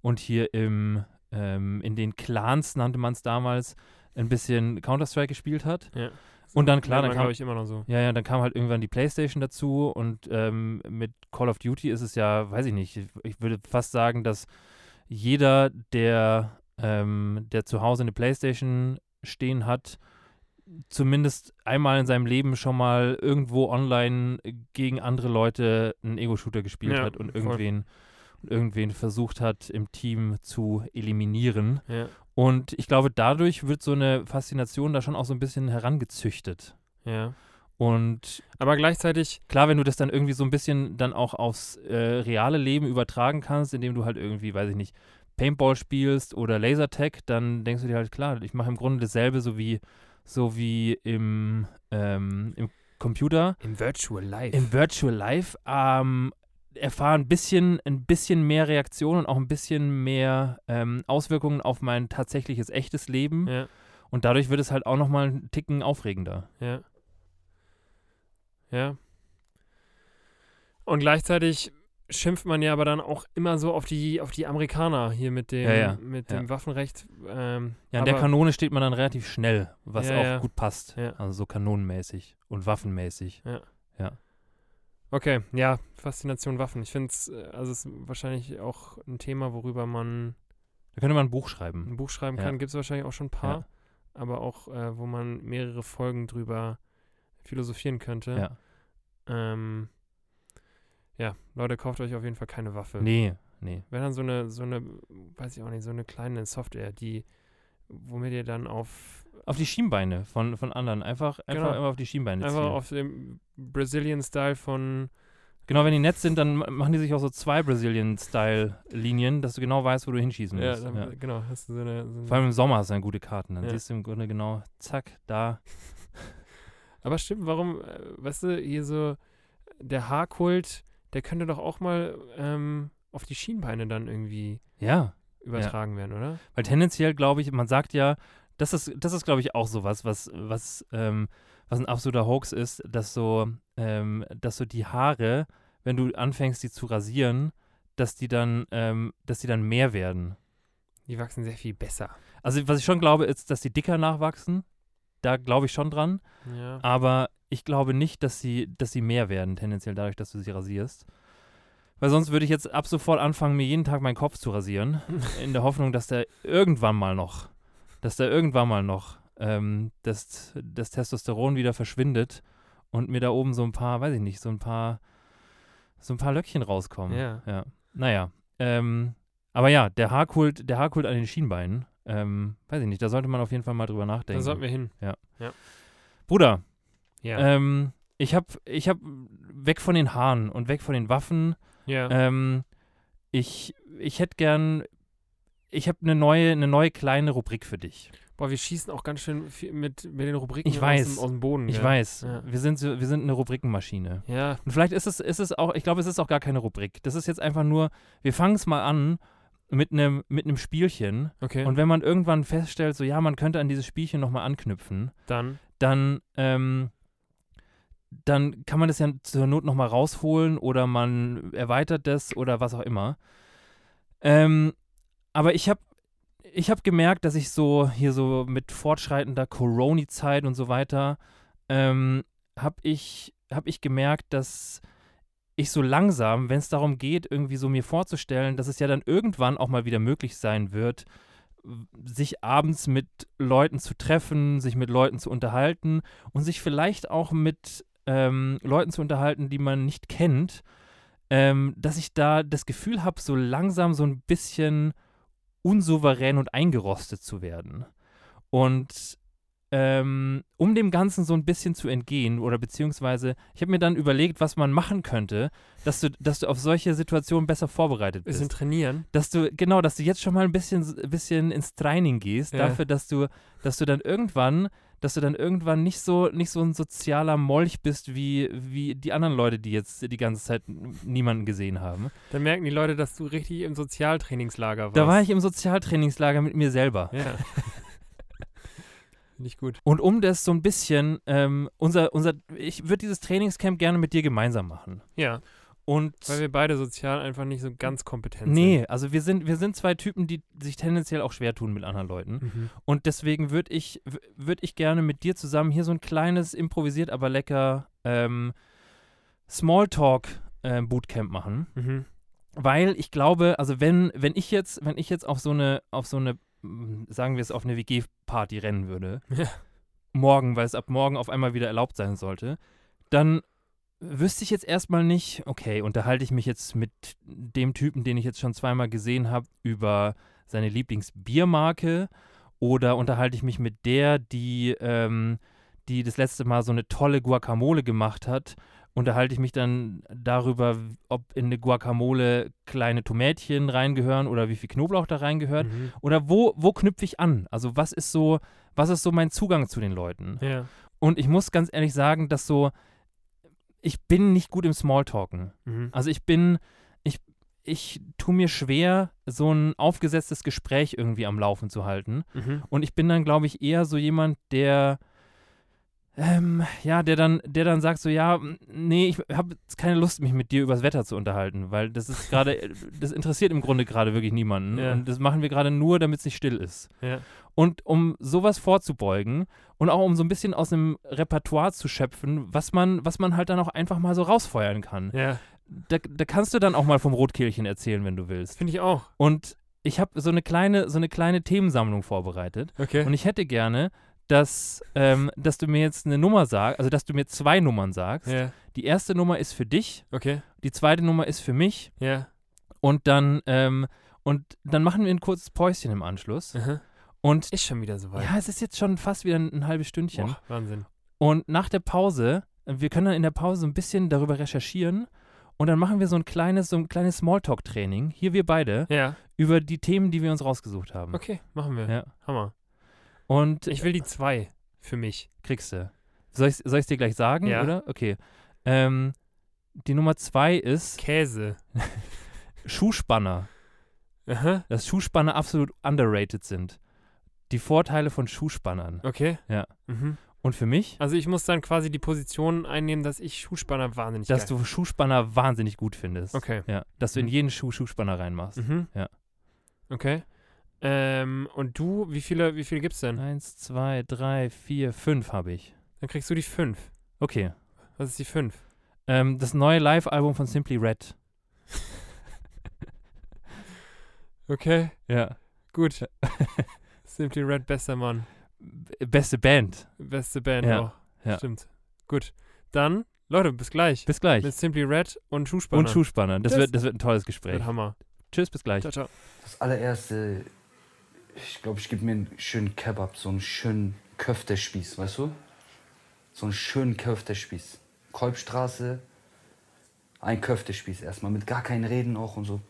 B: und hier im, ähm, in den Clans, nannte man es damals, ein bisschen Counter-Strike gespielt hat.
C: Ja.
B: Und dann, klar, dann
C: Nennt man,
B: kann-
C: glaube ich immer noch so.
B: Ja, ja, dann kam halt irgendwann die Playstation dazu und ähm, mit Call of Duty ist es ja, weiß ich nicht, ich würde fast sagen, dass jeder, der, ähm, der zu Hause eine Playstation stehen hat, zumindest einmal in seinem Leben schon mal irgendwo online gegen andere Leute einen Ego-Shooter gespielt
C: Ja,
B: hat und
C: voll.
B: irgendwen, und irgendwen versucht hat, im Team zu eliminieren.
C: Ja.
B: Und ich glaube, dadurch wird so eine Faszination da schon auch so ein bisschen herangezüchtet.
C: ja.
B: Und
C: Aber gleichzeitig,
B: klar, wenn du das dann irgendwie so ein bisschen dann auch aufs äh, reale Leben übertragen kannst, indem du halt irgendwie, weiß ich nicht, Paintball spielst oder Lasertag, dann denkst du dir halt, klar, ich mache im Grunde dasselbe so wie, so wie im, ähm, im Computer,
C: im Virtual Life.
B: im Virtual Life, ähm, erfahre ein bisschen, ein bisschen mehr Reaktionen und auch ein bisschen mehr ähm, Auswirkungen auf mein tatsächliches, echtes Leben.
C: ja,
B: Und dadurch wird es halt auch nochmal einen Ticken aufregender.
C: ja. Ja. Und gleichzeitig schimpft man ja aber dann auch immer so auf die, auf die Amerikaner hier mit dem,
B: Ja, ja,
C: mit
B: ja.
C: dem Waffenrecht. Ähm,
B: Ja, an der
C: aber-
B: Kanone steht man dann relativ schnell, was
C: Ja,
B: auch
C: ja.
B: gut passt.
C: Ja.
B: Also so kanonenmäßig und waffenmäßig.
C: Okay, ja, Faszination Waffen. Ich finde es, also es ist wahrscheinlich auch ein Thema, worüber man
B: Da könnte man ein Buch schreiben.
C: ein Buch schreiben
B: Ja.
C: kann. Gibt es wahrscheinlich auch schon ein paar,
B: Ja.
C: aber auch, äh, wo man mehrere Folgen drüber philosophieren könnte.
B: Ja.
C: Ähm, ja, Leute, kauft euch auf jeden Fall keine Waffe.
B: Nee, nee.
C: Wenn dann so eine, so eine, weiß ich auch nicht, so eine kleine Software, die, womit ihr dann auf,
B: Auf die Schienbeine von, von anderen. Einfach, einfach
C: Genau.
B: immer auf die Schienbeine ziehen.
C: einfach auf dem Brazilian-Style von,
B: genau, wenn die nett sind, dann ma- machen die sich auch so zwei Brazilian-Style-Linien, dass du genau weißt, wo du hinschießen
C: ja,
B: musst.
C: dann,
B: Ja.
C: genau, hast du so eine, so eine
B: Vor allem im Sommer sind gute Karten. Dann
C: Ja.
B: siehst du im Grunde genau, zack, da.
C: Aber stimmt, warum, äh, weißt du, hier so der Haarkult, der könnte doch auch mal ähm, auf die Schienbeine dann irgendwie
B: Ja.
C: übertragen werden, oder?
B: Weil tendenziell glaube ich, man sagt ja, das ist, das ist glaube ich auch sowas, was, was, ähm, was ein absoluter Hoax ist, dass so, ähm, dass so die Haare, wenn du anfängst, die zu rasieren, dass die dann, ähm, dass die dann mehr werden.
C: Die wachsen sehr viel besser.
B: Also was ich schon glaube, ist, dass die dicker nachwachsen. Da glaube ich schon dran.
C: Ja.
B: Aber ich glaube nicht, dass sie, dass sie mehr werden, tendenziell dadurch, dass du sie rasierst. Weil sonst würde ich jetzt ab sofort anfangen, mir jeden Tag meinen Kopf zu
C: [laughs]
B: rasieren, in der Hoffnung, dass da irgendwann mal noch, dass da irgendwann mal noch ähm, das, das Testosteron wieder verschwindet und mir da oben so ein paar, weiß ich nicht, so ein paar, so ein paar Löckchen rauskommen.
C: Ja.
B: ja. Naja. Ähm, aber ja, der Haarkult, der Haarkult an den Schienbeinen, ähm, weiß ich nicht, da sollte man auf jeden Fall mal drüber
C: Da
B: nachdenken.
C: sollten wir hin.
B: Bruder,
C: Ja.
B: ähm, ich habe ich hab weg von den Haaren und weg von den Waffen.
C: ja.
B: Ähm, ich ich hätte gern, ich habe eine neue, eine neue kleine Rubrik für dich.
C: Boah, wir schießen auch ganz schön viel mit, mit den Rubriken
B: Ich
C: Aus,
B: weiß.
C: dem, aus dem Boden.
B: Ich
C: gell?
B: weiß,
C: Ja.
B: wir, sind, so- wir sind eine Rubrikenmaschine.
C: Ja,
B: Und vielleicht ist es, ist es auch, ich glaube, es ist auch gar keine Rubrik. Das ist jetzt einfach nur, wir fangen es mal an mit einem mit einem Spielchen.
C: okay.
B: Und wenn man irgendwann feststellt, so ja, man könnte an dieses Spielchen nochmal anknüpfen,
C: dann,
B: dann, ähm, dann kann man das ja zur Not nochmal rausholen oder man erweitert das oder was auch immer. Ähm, aber ich habe ich hab gemerkt, dass ich so hier so mit fortschreitender Corona-Zeit und so weiter, ähm, habe ich, hab ich gemerkt, dass ich so langsam, wenn es darum geht, irgendwie so mir vorzustellen, dass es ja dann irgendwann auch mal wieder möglich sein wird, w- sich abends mit Leuten zu treffen, sich mit Leuten zu unterhalten und sich vielleicht auch mit ähm, Leuten zu unterhalten, die man nicht kennt, ähm, dass ich da das Gefühl habe, so langsam so ein bisschen unsouverän und eingerostet zu werden. Und ähm, um dem Ganzen so ein bisschen zu entgehen oder beziehungsweise, ich habe mir dann überlegt, was man machen könnte, dass du, dass du auf solche Situationen besser vorbereitet
C: wir
B: bist
C: sind trainieren.
B: dass du, genau, dass du jetzt schon mal ein bisschen, bisschen ins Training gehst,
C: Ja.
B: dafür, dass du, dass du dann irgendwann, dass du dann irgendwann nicht so, nicht so ein sozialer Molch bist wie, wie die anderen Leute, die jetzt die ganze Zeit n- niemanden gesehen haben.
C: Dann merken die Leute, dass du richtig im Sozialtrainingslager warst.
B: Da war ich im Sozialtrainingslager mit mir selber. [laughs]
C: Ja. Nicht gut.
B: Und um das so ein bisschen, ähm, unser, unser, ich würde dieses Trainingscamp gerne mit dir gemeinsam machen.
C: Ja,
B: Und
C: weil wir beide sozial einfach nicht so ganz kompetent
B: nee, also wir sind, wir sind zwei Typen, die sich tendenziell auch schwer tun mit anderen Leuten.
C: sind. Mhm.
B: Und deswegen würde ich, w- würd ich gerne mit dir zusammen hier so ein kleines, improvisiert, aber lecker ähm, Smalltalk-Bootcamp äh, machen.
C: Mhm.
B: weil ich glaube, also wenn, wenn ich jetzt, wenn ich jetzt auf so eine, auf so eine, mm, sagen wir es, auf eine WG-Party rennen würde,
C: Ja.
B: morgen, weil es ab morgen auf einmal wieder erlaubt sein sollte, dann wüsste ich jetzt erstmal nicht, okay, unterhalte ich mich jetzt mit dem Typen, den ich jetzt schon zweimal gesehen habe, über seine Lieblingsbiermarke oder unterhalte ich mich mit der, die, ähm, die das letzte Mal so eine tolle Guacamole gemacht hat, unterhalte ich mich dann darüber, ob in eine Guacamole kleine Tomätchen reingehören oder wie viel Knoblauch da reingehört.
C: Mhm.
B: Oder wo, wo knüpfe ich an? Also was ist so, was ist so mein Zugang zu den Leuten?
C: Ja.
B: Und ich muss ganz ehrlich sagen, dass so, ich bin nicht gut im Smalltalken.
C: Mhm.
B: Also ich bin, ich, ich tue mir schwer, so ein aufgesetztes Gespräch irgendwie am Laufen zu halten.
C: Mhm.
B: Und ich bin dann, glaube ich, eher so jemand, der, ähm, ja, der dann, der dann sagt so, ja, m, nee, ich habe keine Lust, mich mit dir übers Wetter zu unterhalten, weil das ist gerade, das interessiert im Grunde gerade wirklich niemanden.
C: Ja.
B: Und das machen wir gerade nur, damit es nicht still ist.
C: Ja.
B: Und um sowas vorzubeugen und auch um so ein bisschen aus einem Repertoire zu schöpfen, was man, was man halt dann auch einfach mal so rausfeuern kann.
C: Ja.
B: Da, da kannst du dann auch mal vom Rotkehlchen erzählen, wenn du willst.
C: Finde ich auch.
B: Und ich habe so eine kleine, so eine kleine Themensammlung vorbereitet.
C: Okay.
B: Und ich hätte gerne, dass, ähm, dass du mir jetzt eine Nummer sagst, also dass du mir zwei Nummern sagst.
C: ja.
B: Die erste Nummer ist für dich,
C: Okay.
B: die zweite Nummer ist für mich
C: Ja.
B: und dann, ähm, und dann machen wir ein kurzes Päuschen im Anschluss.
C: Aha.
B: Und
C: Ist schon wieder soweit.
B: ja, es ist jetzt schon fast wieder ein, ein halbes Stündchen.
C: Boah, Wahnsinn.
B: Und nach der Pause, äh, wir können dann in der Pause ein bisschen darüber recherchieren und dann machen wir so ein kleines, so ein kleines Smalltalk-Training, hier wir beide,
C: Ja.
B: über die Themen, die wir uns rausgesucht haben.
C: Okay, machen wir.
B: Ja.
C: Hammer.
B: Und
C: Ich will die zwei für mich.
B: kriegst du. Soll ich es dir gleich sagen,
C: Ja.
B: oder? Okay. Ähm, die Nummer zwei ist
C: Käse.
B: Schuhspanner.
C: Aha.
B: Dass Schuhspanner absolut underrated sind. Die Vorteile von Schuhspannern.
C: Okay.
B: Ja.
C: Mhm.
B: Und für mich,
C: Also ich muss dann quasi die Position einnehmen, dass ich Schuhspanner wahnsinnig
B: dass
C: geil.
B: du Schuhspanner wahnsinnig gut findest.
C: Okay.
B: Ja, dass du in
C: Mhm.
B: jeden Schuh Schuhspanner reinmachst.
C: Mhm.
B: Ja.
C: Okay. Ähm, und du, wie viele, wie viele gibt's denn?
B: Eins, zwei, drei, vier, fünf habe ich.
C: Dann kriegst du die fünf.
B: Okay.
C: Was ist die fünf?
B: Ähm, das neue Live-Album von Simply Red.
C: Okay,
B: Ja.
C: gut. [laughs] Simply Red, bester Mann.
B: Beste Band.
C: Beste Band
B: Ja,
C: auch.
B: ja.
C: Stimmt. Gut. Dann, Leute, bis gleich.
B: Bis gleich.
C: Mit Simply Red und Schuhspanner.
B: Und Schuhspanner. Das
C: Tschüss.
B: wird, das wird ein tolles Gespräch.
C: Wird Hammer.
B: Tschüss, bis gleich.
C: Ciao, ciao.
D: Das allererste, ich glaube, ich gebe mir einen schönen Kebab, so einen schönen Köftespieß, weißt du? So einen schönen Köftespieß. Kolbstraße, ein Köftespieß erstmal, mit gar keinen Reden auch und so.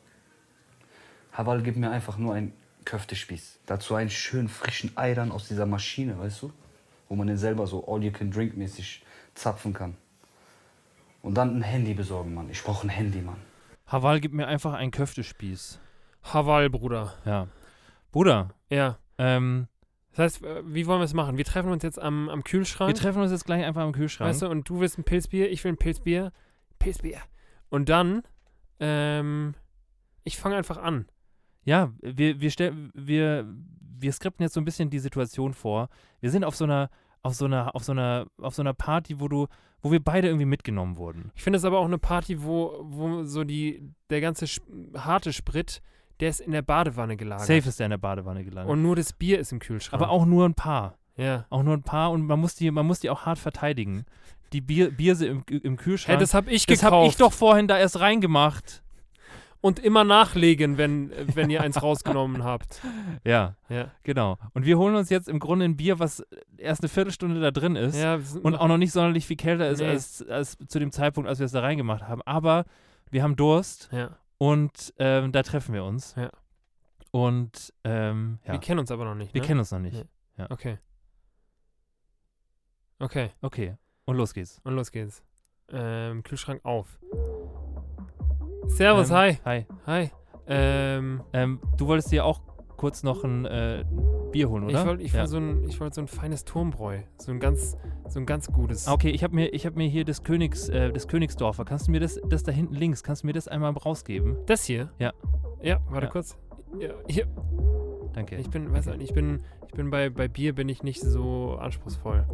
D: Hawal gibt mir einfach nur einen Köftespieß. Dazu einen schönen frischen Ei dann aus dieser Maschine, weißt du? Wo man den selber so all-you-can-drink-mäßig zapfen kann. Und dann ein Handy besorgen, Mann. Ich brauche ein Handy, Mann.
B: Hawal gibt mir einfach einen Köftespieß.
C: Haval, Bruder.
B: Ja. Bruder,
C: Ja.
B: ähm,
C: Das heißt, äh, wie wollen wir es machen? Wir treffen uns jetzt am, am Kühlschrank.
B: wir treffen uns jetzt gleich einfach am Kühlschrank.
C: Äh. Weißt du, und du willst ein Pilzbier, ich will ein Pilzbier. Pilzbier. Und dann, ähm, ich fange einfach an.
B: Ja, wir, wir, stell, wir, wir skripten jetzt so ein bisschen die Situation vor. Wir sind auf so einer, auf so einer, auf so einer, auf so einer Party, wo du, wo wir beide irgendwie mitgenommen wurden.
C: Ich finde es aber auch eine Party, wo, wo so die, der ganze Sch- harte Sprit, der ist in der Badewanne gelagert.
B: Safe ist der in der Badewanne gelandet.
C: Und nur das Bier ist im Kühlschrank.
B: Aber auch nur ein paar.
C: Ja.
B: Auch nur ein paar und man muss die, man muss die auch hart verteidigen. Die Bier, Bierse im, im
C: Hey,
B: Kühlschrank.
C: das habe ich
B: das
C: gekauft.
B: hab ich doch vorhin da erst reingemacht.
C: Und immer nachlegen, wenn, äh, wenn ihr eins [laughs] rausgenommen habt.
B: Ja,
C: Ja.
B: genau. Und wir holen uns jetzt im Grunde ein Bier, was erst eine Viertelstunde da drin ist.
C: ja wir sind
B: Und
C: noch-
B: auch noch nicht sonderlich viel kälter ist
C: Nee.
B: als, als zu dem Zeitpunkt, als wir es da reingemacht haben. Aber wir haben Durst
C: ja.
B: und ähm, da treffen wir uns.
C: Ja.
B: Und ähm, ja.
C: Wir
B: wir,
C: kennen uns aber noch nicht. Ne?
B: kennen uns noch nicht.
C: Nee. Okay. Okay.
B: Okay, und los geht's.
C: Und los geht's. Ähm, Kühlschrank auf. Servus,
B: Ähm,
C: hi.
B: Hi.
C: Hi. Ähm,
B: Ähm, du wolltest dir auch kurz noch ein äh, Bier holen,
C: ich
B: oder?
C: wollte ich
B: ja.
C: wollt so, ein- ich wollt so ein feines Turmbräu. So ein ganz, so ein ganz gutes.
B: Ah, Okay, ich habe mir, ich hab mir hier das, Königs, äh, das Königsdorfer. Kannst du mir das, das da hinten links, kannst du mir das einmal rausgeben?
C: Das hier?
B: Ja.
C: Ja, warte
B: Ja.
C: kurz. Ja, hier.
B: Danke.
C: Ich bin, weiß auch nicht, ich bin, ich bin bei, bei Bier bin ich nicht so anspruchsvoll.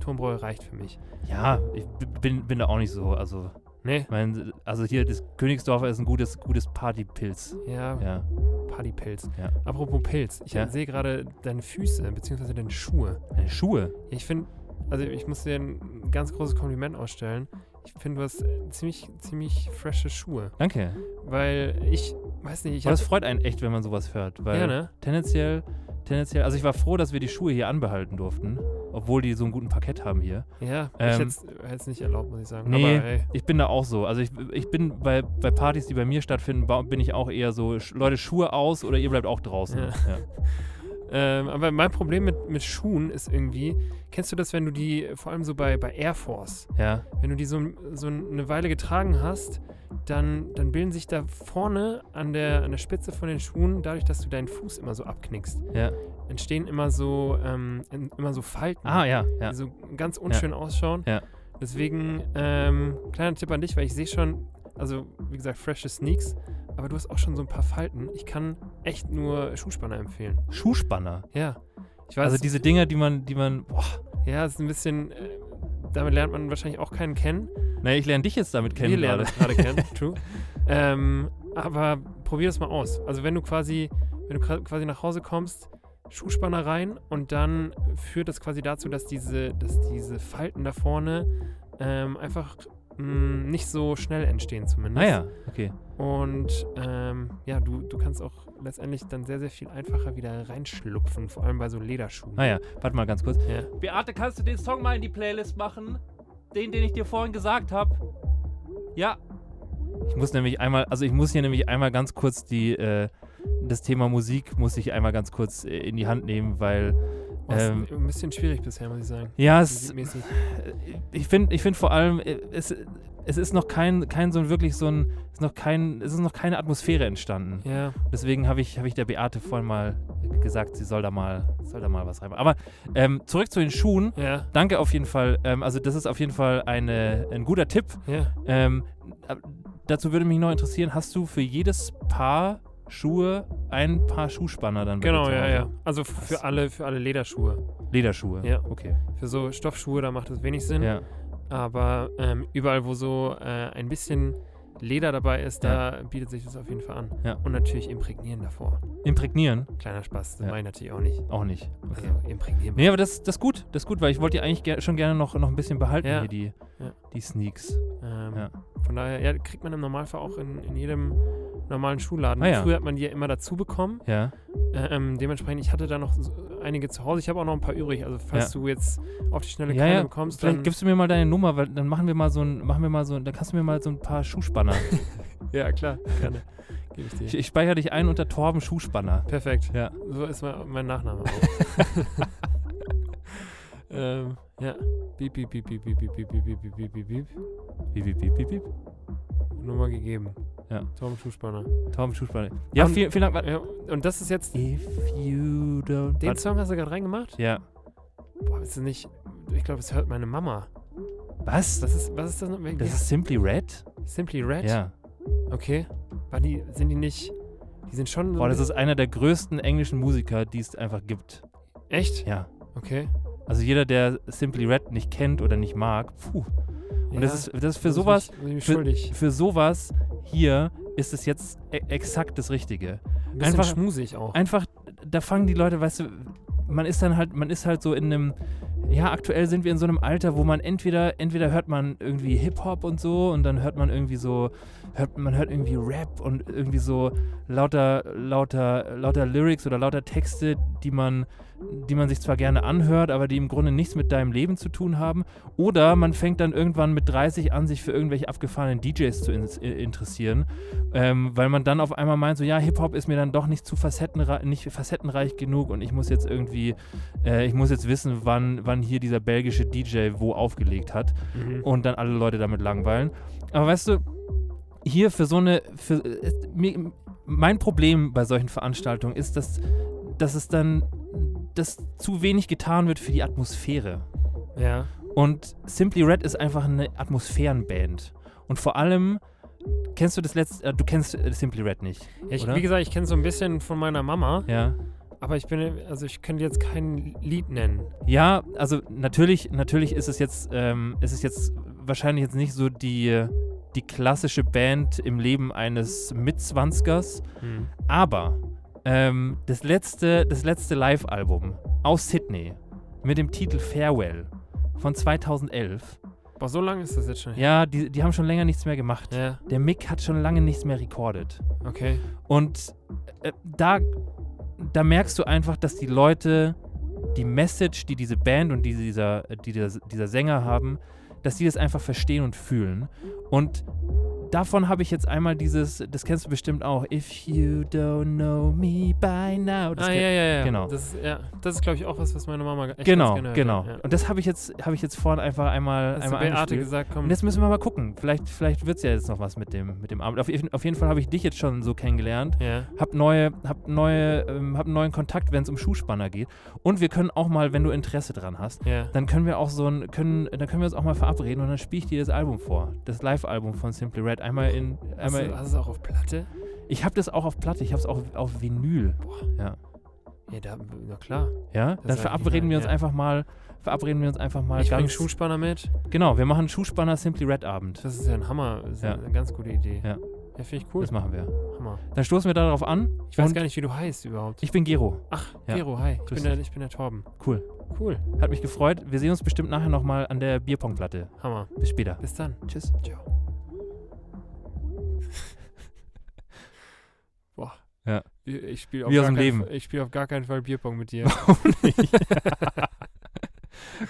C: Turmbräu reicht für mich.
B: ja, ich bin, bin da auch nicht so. Also,
C: Nee.
B: Ich meine, also hier, das Königsdorfer ist ein gutes, gutes Partypilz.
C: Ja,
B: Ja.
C: Partypilz.
B: Ja.
C: Apropos Pilz, ich
B: Ja.
C: sehe gerade deine Füße, beziehungsweise deine Schuhe.
B: Deine Äh, Schuhe.
C: Ich finde, also ich muss dir ein ganz großes Kompliment ausstellen. Ich finde, du hast äh, ziemlich, ziemlich frische Schuhe.
B: Danke.
C: Weil ich, weiß nicht, ich
B: Aber das
C: habe...
B: freut einen echt, wenn man sowas hört. Weil
C: Ja, ne?
B: tendenziell, tendenziell, also ich war froh, dass wir die Schuhe hier anbehalten durften, obwohl die so einen guten Parkett haben hier.
C: Ja, ich
B: Ähm,
C: hätte es nicht erlaubt, muss ich sagen.
B: Nee.
C: Aber ey,
B: Ich bin da auch so. Also ich, ich bin bei, bei Partys, die bei mir stattfinden, ba- bin ich auch eher so, Sch- Leute, Schuhe aus oder ihr bleibt auch draußen.
C: Ja.
B: Ja.
C: ähm, aber mein Problem mit, mit Schuhen ist irgendwie, kennst du das, wenn du die, vor allem so bei, bei Air Force,
B: ja.
C: wenn du die so, so eine Weile getragen hast, dann, dann bilden sich da vorne an der, an der Spitze von den Schuhen, dadurch, dass du deinen Fuß immer so abknickst,
B: Ja.
C: entstehen immer so, ähm, in- immer so Falten.
B: Ah, ja, ja.
C: die so ganz unschön ausschauen.
B: Ja.
C: Deswegen, ähm, kleiner Tipp an dich, weil ich sehe schon, also wie gesagt, frische Sneaks, aber du hast auch schon so ein paar Falten. Ich kann echt nur Schuhspanner empfehlen.
B: Schuhspanner.
C: Ja. Ich weiß,
B: Also diese Dinger, die man, die man. Boah.
C: ja, ist ein bisschen, äh, damit lernt man wahrscheinlich auch keinen kennen.
B: Naja, ich lerne dich jetzt damit kennen.
C: Wir lernen
B: gerade.
C: es gerade
B: [laughs]
C: kennen, true. Ähm, aber probier das mal aus. Also wenn du quasi, wenn du gra- quasi nach Hause kommst, Schuhspanner rein und dann führt das quasi dazu, dass diese, dass diese Falten da vorne ähm, einfach mh, nicht so schnell entstehen zumindest.
B: Ah ja, okay.
C: Und ähm, ja, du, du kannst auch letztendlich dann sehr, sehr viel einfacher wieder reinschlupfen, vor allem bei so Lederschuhen.
B: Ah ja, warte mal ganz kurz.
C: Ja.
B: Beate, kannst du den Song mal in die Playlist machen? Den, den ich dir vorhin gesagt habe. Ja. Ich muss nämlich einmal, also ich muss hier nämlich einmal ganz kurz die, äh, das Thema Musik muss ich einmal ganz kurz äh, in die Hand nehmen, weil
C: Oh, ist
B: ähm,
C: ein bisschen schwierig bisher, muss ich sagen.
B: ja, es, äh,
C: Musikmäßig.
B: ich finde ich find vor allem, äh, es, es ist noch kein, kein so ein wirklich so ein, es ist noch kein, es ist noch keine Atmosphäre entstanden.
C: Ja,
B: Deswegen habe ich, hab ich der Beate vorhin mal gesagt, sie soll da mal, soll da mal was reinmachen. Aber ähm, zurück zu den Schuhen.
C: ja,
B: Danke auf jeden Fall. Ähm, also das ist auf jeden Fall eine, ein guter Tipp.
C: ja.
B: Ähm, ab- dazu würde mich noch interessieren, hast du für jedes Paar Schuhe ein Paar Schuhspanner dann? bei dir
C: Genau,
B: zu
C: ja,
B: Hause?
C: ja. Also f-
B: Krass.
C: für alle, für alle Lederschuhe.
B: Lederschuhe?
C: Ja.
B: Okay.
C: Für so Stoffschuhe, da macht es wenig Sinn.
B: Ja.
C: Aber ähm, überall, wo so äh, ein bisschen Leder dabei ist, da bietet sich das auf jeden Fall an.
B: Ja.
C: Und natürlich imprägnieren davor.
B: Imprägnieren?
C: Kleiner Spaß,
B: Ja.
C: das meine ich natürlich auch nicht.
B: Auch nicht.
C: Also imprägnieren.
B: Nee, aber das, das ist gut, das ist gut, weil ich wollte die eigentlich ger schon gerne noch, noch ein bisschen behalten,
C: Ja.
B: hier die,
C: Ja.
B: die Sneaks.
C: Ähm,
B: ja.
C: Von daher, ja, kriegt man im Normalfall auch in, in jedem normalen Schuhladen.
B: Ah, ja.
C: Früher hat man die ja immer dazu bekommen.
B: Ja.
C: Äh, Ähm, dementsprechend, ich hatte da noch so einige zu Hause. Ich habe auch noch ein paar übrig. Also falls du jetzt auf die Schnelle
B: Ja,
C: keine
B: ja.
C: bekommst,
B: Vielleicht
C: dann
B: gibst du mir mal deine Nummer, weil dann machen wir mal so ein, machen wir mal so ein, dann kannst du mir mal so ein paar Schuhspanner. [laughs]
C: ja klar, gerne. Gebe ich
B: ich,
C: dir.
B: ich speichere dich ein unter Torben Schuhspanner.
C: Perfekt.
B: Ja.
C: So ist mein, mein Nachname auch.
B: [laughs]
C: ähm, ja. Beep, beep, beep, beep, beep, beep, beep, beep, beep, beep, beep, beep, beep.
B: Piep, piep, piep, piep, piep.
C: Nummer gegeben.
B: Ja.
C: Tom Schuhspanner.
B: Torben Schuhspanner. Ja,
C: Und-
B: vielen, vielen Dank. Warte.
C: Ja, und das ist jetzt.
B: If you don't.
C: Den
B: Warte.
C: Song hast du gerade reingemacht?
B: Ja.
C: Boah, ist das nicht. Ich glaube, das hört meine Mama.
B: Was? Das
C: Was ist, was ist das? noch- Ja,
B: ist Simply Red?
C: Simply Red?
B: Ja.
C: Okay. War die, sind die nicht. Die sind schon. so
B: Boah,
C: ein
B: das ist einer der größten englischen Musiker, die es einfach gibt.
C: bisschen- Echt?
B: Ja.
C: Okay.
B: Also jeder, der Simply Red nicht kennt oder nicht mag, puh. Und das, ist, das ist für sowas,
C: Muss ich mich
B: für-
C: schuldig.
B: für sowas hier ist es jetzt e exakt das Richtige.
C: Ein bisschen
B: einfach-
C: schmusig auch.
B: Einfach, da fangen die Leute, weißt du, man ist dann halt, man ist halt so in einem, ja, aktuell sind wir in so einem Alter, wo man entweder, entweder hört man irgendwie Hip-Hop und so und dann hört man irgendwie so, hört, man hört irgendwie Rap und irgendwie so lauter, lauter, lauter Lyrics oder lauter Texte, die man, die man sich zwar gerne anhört, aber die im Grunde nichts mit deinem Leben zu tun haben. Oder man fängt dann irgendwann mit 30 an, sich für irgendwelche abgefahrenen DJs zu in äh, interessieren, ähm, weil man dann auf einmal meint, so ja, Hip-Hop ist mir dann doch nicht zu facettenreich, nicht facettenreich genug und ich muss jetzt irgendwie, äh, ich muss jetzt wissen, wann, wann hier dieser belgische DJ wo aufgelegt hat
C: Mhm.
B: und dann alle Leute damit langweilen. Aber weißt du, hier für so eine, für, äh, mir, mein Problem bei solchen Veranstaltungen ist, dass, dass es dann, dass zu wenig getan wird für die Atmosphäre.
C: Ja.
B: Und Simply Red ist einfach eine Atmosphärenband. Und vor allem, kennst du das letzte, äh, du kennst äh, Simply Red nicht,
C: Ja, Ich,
B: oder?
C: wie gesagt, ich kenne so ein bisschen von meiner Mama,
B: ja?
C: aber ich bin, also ich könnte jetzt kein Lied nennen.
B: Ja, also natürlich, natürlich ist es jetzt, ähm, ist es jetzt wahrscheinlich jetzt nicht so die, die klassische Band im Leben eines Mitzwanzigers.
C: Hm.
B: Aber ähm, das letzte, das letzte Live-Album aus Sydney mit dem Titel Farewell von 2011.
C: Boah, so lange ist das jetzt schon her.
B: Ja, die, die haben schon länger nichts mehr gemacht.
C: Ja,
B: Der Mick hat schon lange nichts mehr recordet.
C: okay.
B: Und äh, da, da merkst du einfach, dass die Leute die Message, die diese Band und die dieser, die dieser, dieser Sänger haben, dass die das einfach verstehen und fühlen. Und davon habe ich jetzt einmal dieses, das kennst du bestimmt auch, If you don't know me by now. Das
C: ah,
B: kenn-
C: ja, ja, ja.
B: genau.
C: Das ist, ja, das ist glaube ich, auch was, was meine Mama echt
B: Genau,
C: ganz gerne hört,
B: genau.
C: Ja.
B: Und das habe ich jetzt, habe ich jetzt vorhin einfach einmal,
C: Hast du
B: einmal
C: Beate
B: angespielt.
C: gesagt, komm.
B: Und jetzt müssen wir mal gucken. Vielleicht, vielleicht wird es ja jetzt noch was mit dem, mit dem Abend. Auf, jeden- auf jeden Fall habe ich dich jetzt schon so kennengelernt.
C: ja.
B: Hab neue, hab neue, ähm, hab einen neuen Kontakt, wenn es um Schuhspanner geht. Und wir können auch mal, wenn du Interesse dran hast,
C: Ja.
B: dann können wir auch so ein, können, dann können wir uns auch mal verabreden und dann spiele ich dir das Album vor, das Live-Album von Simply Red. Einmal in,
C: Hast
B: einmal.
C: du, hast du es auch auf Platte?
B: ich habe das auch auf Platte, ich habe es auch auf Vinyl.
C: Ja, da, na klar.
B: Ja, dann
C: ist
B: verabreden
C: original,
B: wir uns
C: ja.
B: einfach mal, verabreden wir uns einfach mal
C: ich bringe
B: ganz.
C: Schuhspanner mit.
B: genau, wir machen Schuhspanner Simply Red Abend.
C: Das ist ja ein Hammer. Das ist
B: Ja.
C: eine ganz gute Idee.
B: Ja.
C: Ja, finde ich cool.
B: Das machen wir.
C: Hammer.
B: Dann stoßen wir darauf an.
C: Ich weiß
B: Und-
C: gar nicht, wie du heißt überhaupt.
B: Ich bin Gero.
C: Ach,
B: Ja.
C: Gero, hi. Ich
B: Grüß
C: bin, der, ich bin der Torben.
B: Cool.
C: Cool.
B: Hat mich gefreut. Wir sehen uns bestimmt nachher nochmal an der Bierpongplatte.
C: Hammer.
B: Bis später.
C: Bis dann.
B: Tschüss.
C: Ciao. Boah.
B: Ja.
C: Ich- Ich spiele auf,
B: Wie aus
C: gar
B: dem
C: keinen
B: Leben.
C: Fall- ich spiel auf gar keinen Fall Bierpong
B: [laughs]
C: mit dir.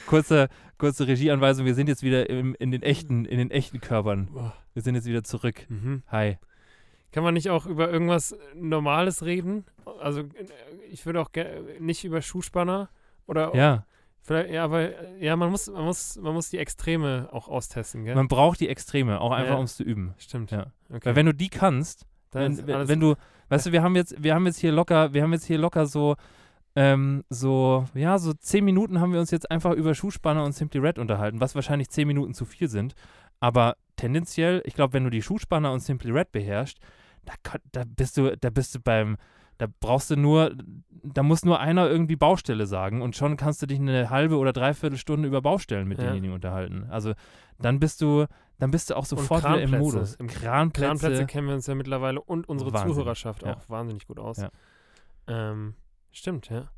B: kurze, kurze Regieanweisung, wir sind jetzt wieder im, in, den echten, in den echten Körpern.
C: Boah.
B: Wir sind jetzt wieder zurück.
C: Mhm.
B: Hi.
C: Kann man nicht auch über irgendwas äh, Normales reden? Also äh, ich würde auch ge- nicht über Schuhspanner oder
B: Ja,
C: vielleicht ja, aber äh, ja, man muss man muss man muss die Extreme auch austesten, gell?
B: man braucht die Extreme, auch einfach
C: Ja.
B: um es zu üben.
C: Stimmt.
B: Ja.
C: Okay.
B: Weil wenn du die kannst,
C: Dann
B: wenn,
C: ist
B: wenn
C: alles- [laughs]
B: wenn du, weißt du, wir haben jetzt, wir haben jetzt hier locker, wir haben jetzt hier locker so, ähm, so, ja, so zehn Minuten haben wir uns jetzt einfach über Schuhspanner und Simply Red unterhalten, was wahrscheinlich zehn Minuten zu viel sind. Aber tendenziell, ich glaube, wenn du die Schuhspanner und Simply Red beherrschst, da, kann- da bist du, da bist du beim, da brauchst du nur, da muss nur einer irgendwie Baustelle sagen und schon kannst du dich eine halbe oder dreiviertel Stunde über Baustellen mit
C: Ja.
B: denjenigen unterhalten. Also dann bist du, dann bist du auch sofort wieder im
C: Kranplätze.
B: Modus.
C: Im
B: Kranplätze.
C: Kranplätze kennen wir uns ja mittlerweile und unsere
B: Wahnsinn.
C: Zuhörerschaft
B: Ja.
C: auch wahnsinnig gut aus.
B: Ja.
C: Ähm, stimmt, ja.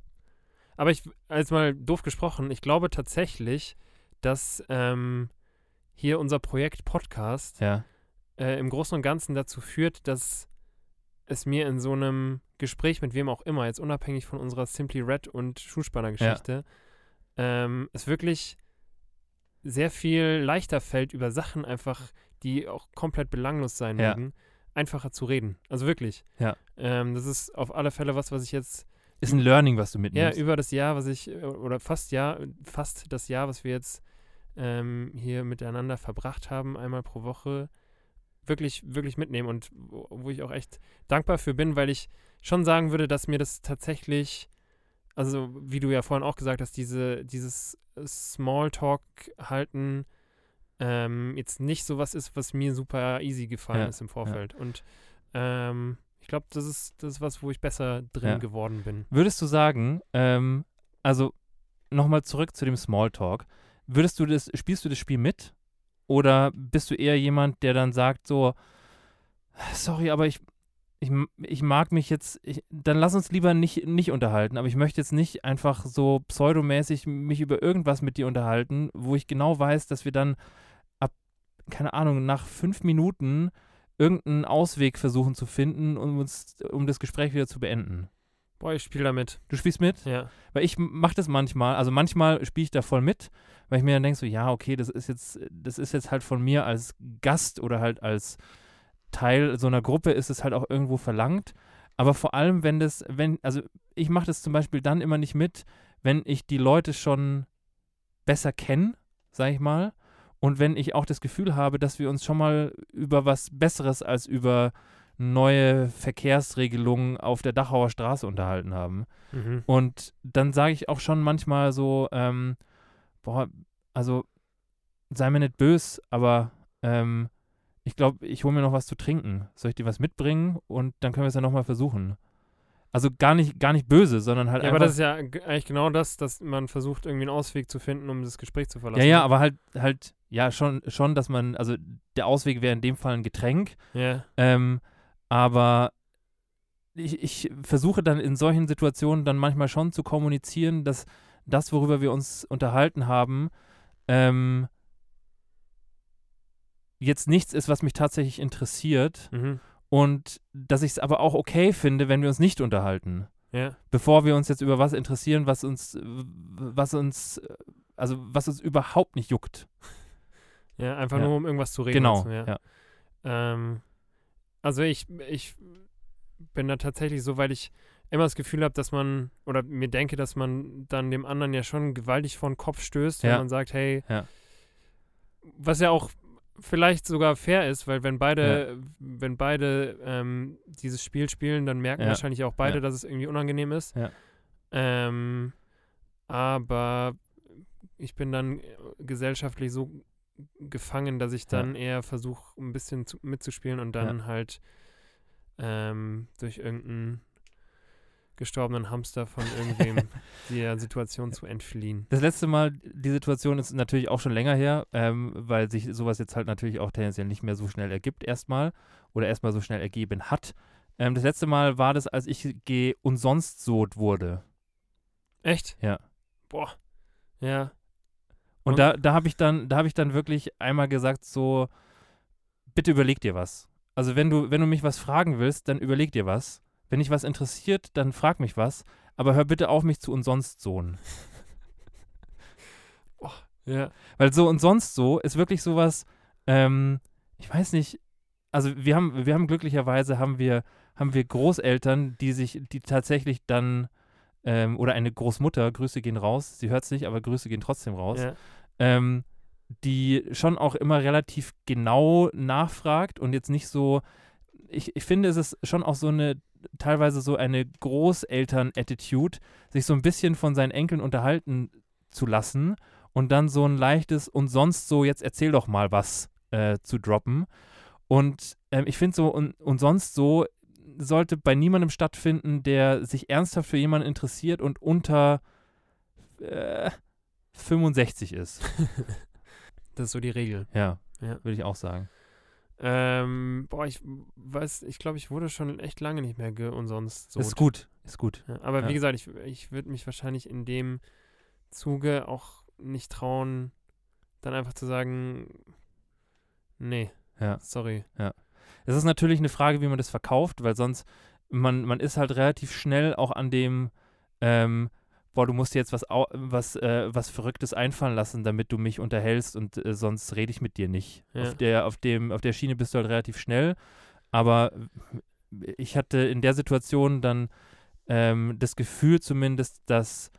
C: Aber ich, als mal doof gesprochen, ich glaube tatsächlich, dass ähm, hier unser Projekt Podcast
B: Ja,
C: äh, im Großen und Ganzen dazu führt, dass es mir in so einem Gespräch mit wem auch immer, jetzt unabhängig von unserer Simply Red und Schuhspanner-Geschichte, ähm, es wirklich sehr viel leichter fällt, über Sachen einfach, die auch komplett belanglos sein
B: Ja.
C: mögen, einfacher zu reden. Also wirklich.
B: Ja.
C: Ähm, das ist auf alle Fälle was, was ich jetzt
B: ist ein Learning, was du
C: ja,
B: mitnimmst.
C: über das Jahr, was ich, äh, oder fast Jahr, fast das Jahr, was wir jetzt ähm, hier miteinander verbracht haben, einmal pro Woche, wirklich, wirklich mitnehmen und wo, wo ich auch echt dankbar für bin, weil ich schon sagen würde, dass mir das tatsächlich, also wie du ja vorhin auch gesagt hast, diese, dieses Smalltalk-Halten ähm, jetzt nicht so was ist, was mir super easy gefallen
B: Ja,
C: ist im Vorfeld. Und ähm, ich glaube, das ist, das ist was, wo ich besser drin
B: Ja.
C: geworden bin.
B: Würdest du sagen, ähm, also nochmal zurück zu dem Smalltalk, würdest du das, spielst du das Spiel mit? Oder bist du eher jemand, der dann sagt so, sorry, aber ich, ich, ich mag mich jetzt, ich, dann lass uns lieber nicht, nicht unterhalten, aber ich möchte jetzt nicht einfach so pseudomäßig mich über irgendwas mit dir unterhalten, wo ich genau weiß, dass wir dann ab, keine Ahnung, nach fünf Minuten irgendeinen Ausweg versuchen zu finden, um, uns, um das Gespräch wieder zu beenden.
C: Boah, ich spiele damit.
B: Du spielst mit?
C: Ja.
B: Weil ich mache das manchmal, also manchmal spiele ich da voll mit, weil ich mir dann denke so, ja, okay, das ist jetzt, das ist jetzt halt von mir als Gast oder halt als Teil so einer Gruppe ist es halt auch irgendwo verlangt. Aber vor allem, wenn das, wenn, also ich mache das zum Beispiel dann immer nicht mit, wenn ich die Leute schon besser kenne, sag ich mal, und wenn ich auch das Gefühl habe, dass wir uns schon mal über was Besseres als über neue Verkehrsregelungen auf der Dachauer Straße unterhalten haben.
C: Mhm.
B: Und dann sage ich auch schon manchmal so, ähm, boah, also sei mir nicht böse, aber ähm, ich glaube, ich hole mir noch was zu trinken. Soll ich dir was mitbringen? Und dann können wir es ja nochmal versuchen. Also gar nicht, gar nicht böse, sondern halt
C: Ja, aber
B: einfach.
C: das ist ja g- eigentlich genau das, dass man versucht, irgendwie einen Ausweg zu finden, um das Gespräch zu
B: ja,
C: verlassen.
B: ja, aber halt, halt, ja, schon, schon, dass man, also der Ausweg wäre in dem Fall ein Getränk,
C: Ja.
B: ähm, aber ich, ich versuche dann in solchen Situationen dann manchmal schon zu kommunizieren, dass das, worüber wir uns unterhalten haben, ähm, jetzt nichts ist, was mich tatsächlich interessiert
C: Mhm.
B: und dass ich es aber auch okay finde, wenn wir uns nicht unterhalten
C: Ja.
B: bevor wir uns jetzt über was interessieren, was uns, äh, was uns, äh, also was uns überhaupt nicht juckt.
C: ja, einfach
B: Ja.
C: nur um irgendwas zu reden.
B: genau.
C: Also, ja.
B: ja.
C: Ähm, also ich, ich bin da tatsächlich so, weil ich immer das Gefühl habe, dass man, oder mir denke, dass man dann dem anderen ja schon gewaltig vor den Kopf stößt, wenn
B: Ja.
C: man sagt, hey,
B: Ja.
C: was ja auch vielleicht sogar fair ist, weil wenn beide, äh, wenn beide ähm, dieses Spiel spielen, dann merken
B: Ja.
C: wahrscheinlich auch beide,
B: Ja.
C: dass es irgendwie unangenehm ist.
B: Ja.
C: Ähm, aber ich bin dann äh, gesellschaftlich so gefangen, dass ich dann eher versuche, ein bisschen zu, mitzuspielen und dann halt ähm, durch irgendeinen gestorbenen Hamster von
B: [laughs]
C: irgendwem der Situation zu entfliehen.
B: Das letzte Mal, die Situation ist natürlich auch schon länger her, ähm, weil sich sowas jetzt halt natürlich auch tendenziell nicht mehr so schnell ergibt erstmal oder erstmal so schnell ergeben hat. Ähm, das letzte Mal war das, als ich geh und sonst so wurde.
C: Echt?
B: Ja.
C: Boah. Ja.
B: Und,
C: Und-
B: da, da habe ich dann, da habe ich dann wirklich einmal gesagt so, bitte überleg dir was. Also wenn du, wenn du mich was fragen willst, dann überleg dir was. Wenn dich was interessiert, dann frag mich was. Aber hör bitte auf, mich zu und sonst
C: [laughs]
B: sohn.
C: Oh, Ja.
B: Weil so und sonst so ist wirklich sowas, ähm, ich weiß nicht, also wir haben, wir haben glücklicherweise haben wir, haben wir Großeltern, die sich, die tatsächlich dann, ähm, oder eine Großmutter, Grüße gehen raus, sie hört es nicht, aber Grüße gehen trotzdem raus.
C: ja. [laughs]
B: ähm, die schon auch immer relativ genau nachfragt und jetzt nicht so, ich, ich finde, es ist schon auch so eine, teilweise so eine Großeltern-Attitude, sich so ein bisschen von seinen Enkeln unterhalten zu lassen und dann so ein leichtes und sonst so, jetzt erzähl doch mal was äh, zu droppen. Und ähm, ich finde so, und, und sonst so sollte bei niemandem stattfinden, der sich ernsthaft für jemanden interessiert und unter äh, 65 ist.
C: Das ist so die Regel.
B: Ja,
C: Ja.
B: würde ich auch sagen.
C: Ähm, boah, ich weiß, ich glaube, ich wurde schon echt lange nicht mehr ge und sonst so.
B: Ist gut, ist gut.
C: Ja, aber
B: Ja.
C: wie gesagt, ich, ich würde mich wahrscheinlich in dem Zuge auch nicht trauen, dann einfach zu sagen, nee,
B: Ja.
C: sorry.
B: Es ist natürlich eine Frage, wie man das verkauft, weil sonst, man, man ist halt relativ schnell auch an dem, ähm, boah, du musst dir jetzt was, au- was, äh, was Verrücktes einfallen lassen, damit du mich unterhältst und äh, sonst rede ich mit dir nicht.
C: Ja.
B: Auf, der, auf, dem, auf der Schiene bist du halt relativ schnell, aber äh, ich hatte in der Situation dann ähm, das Gefühl zumindest, dass,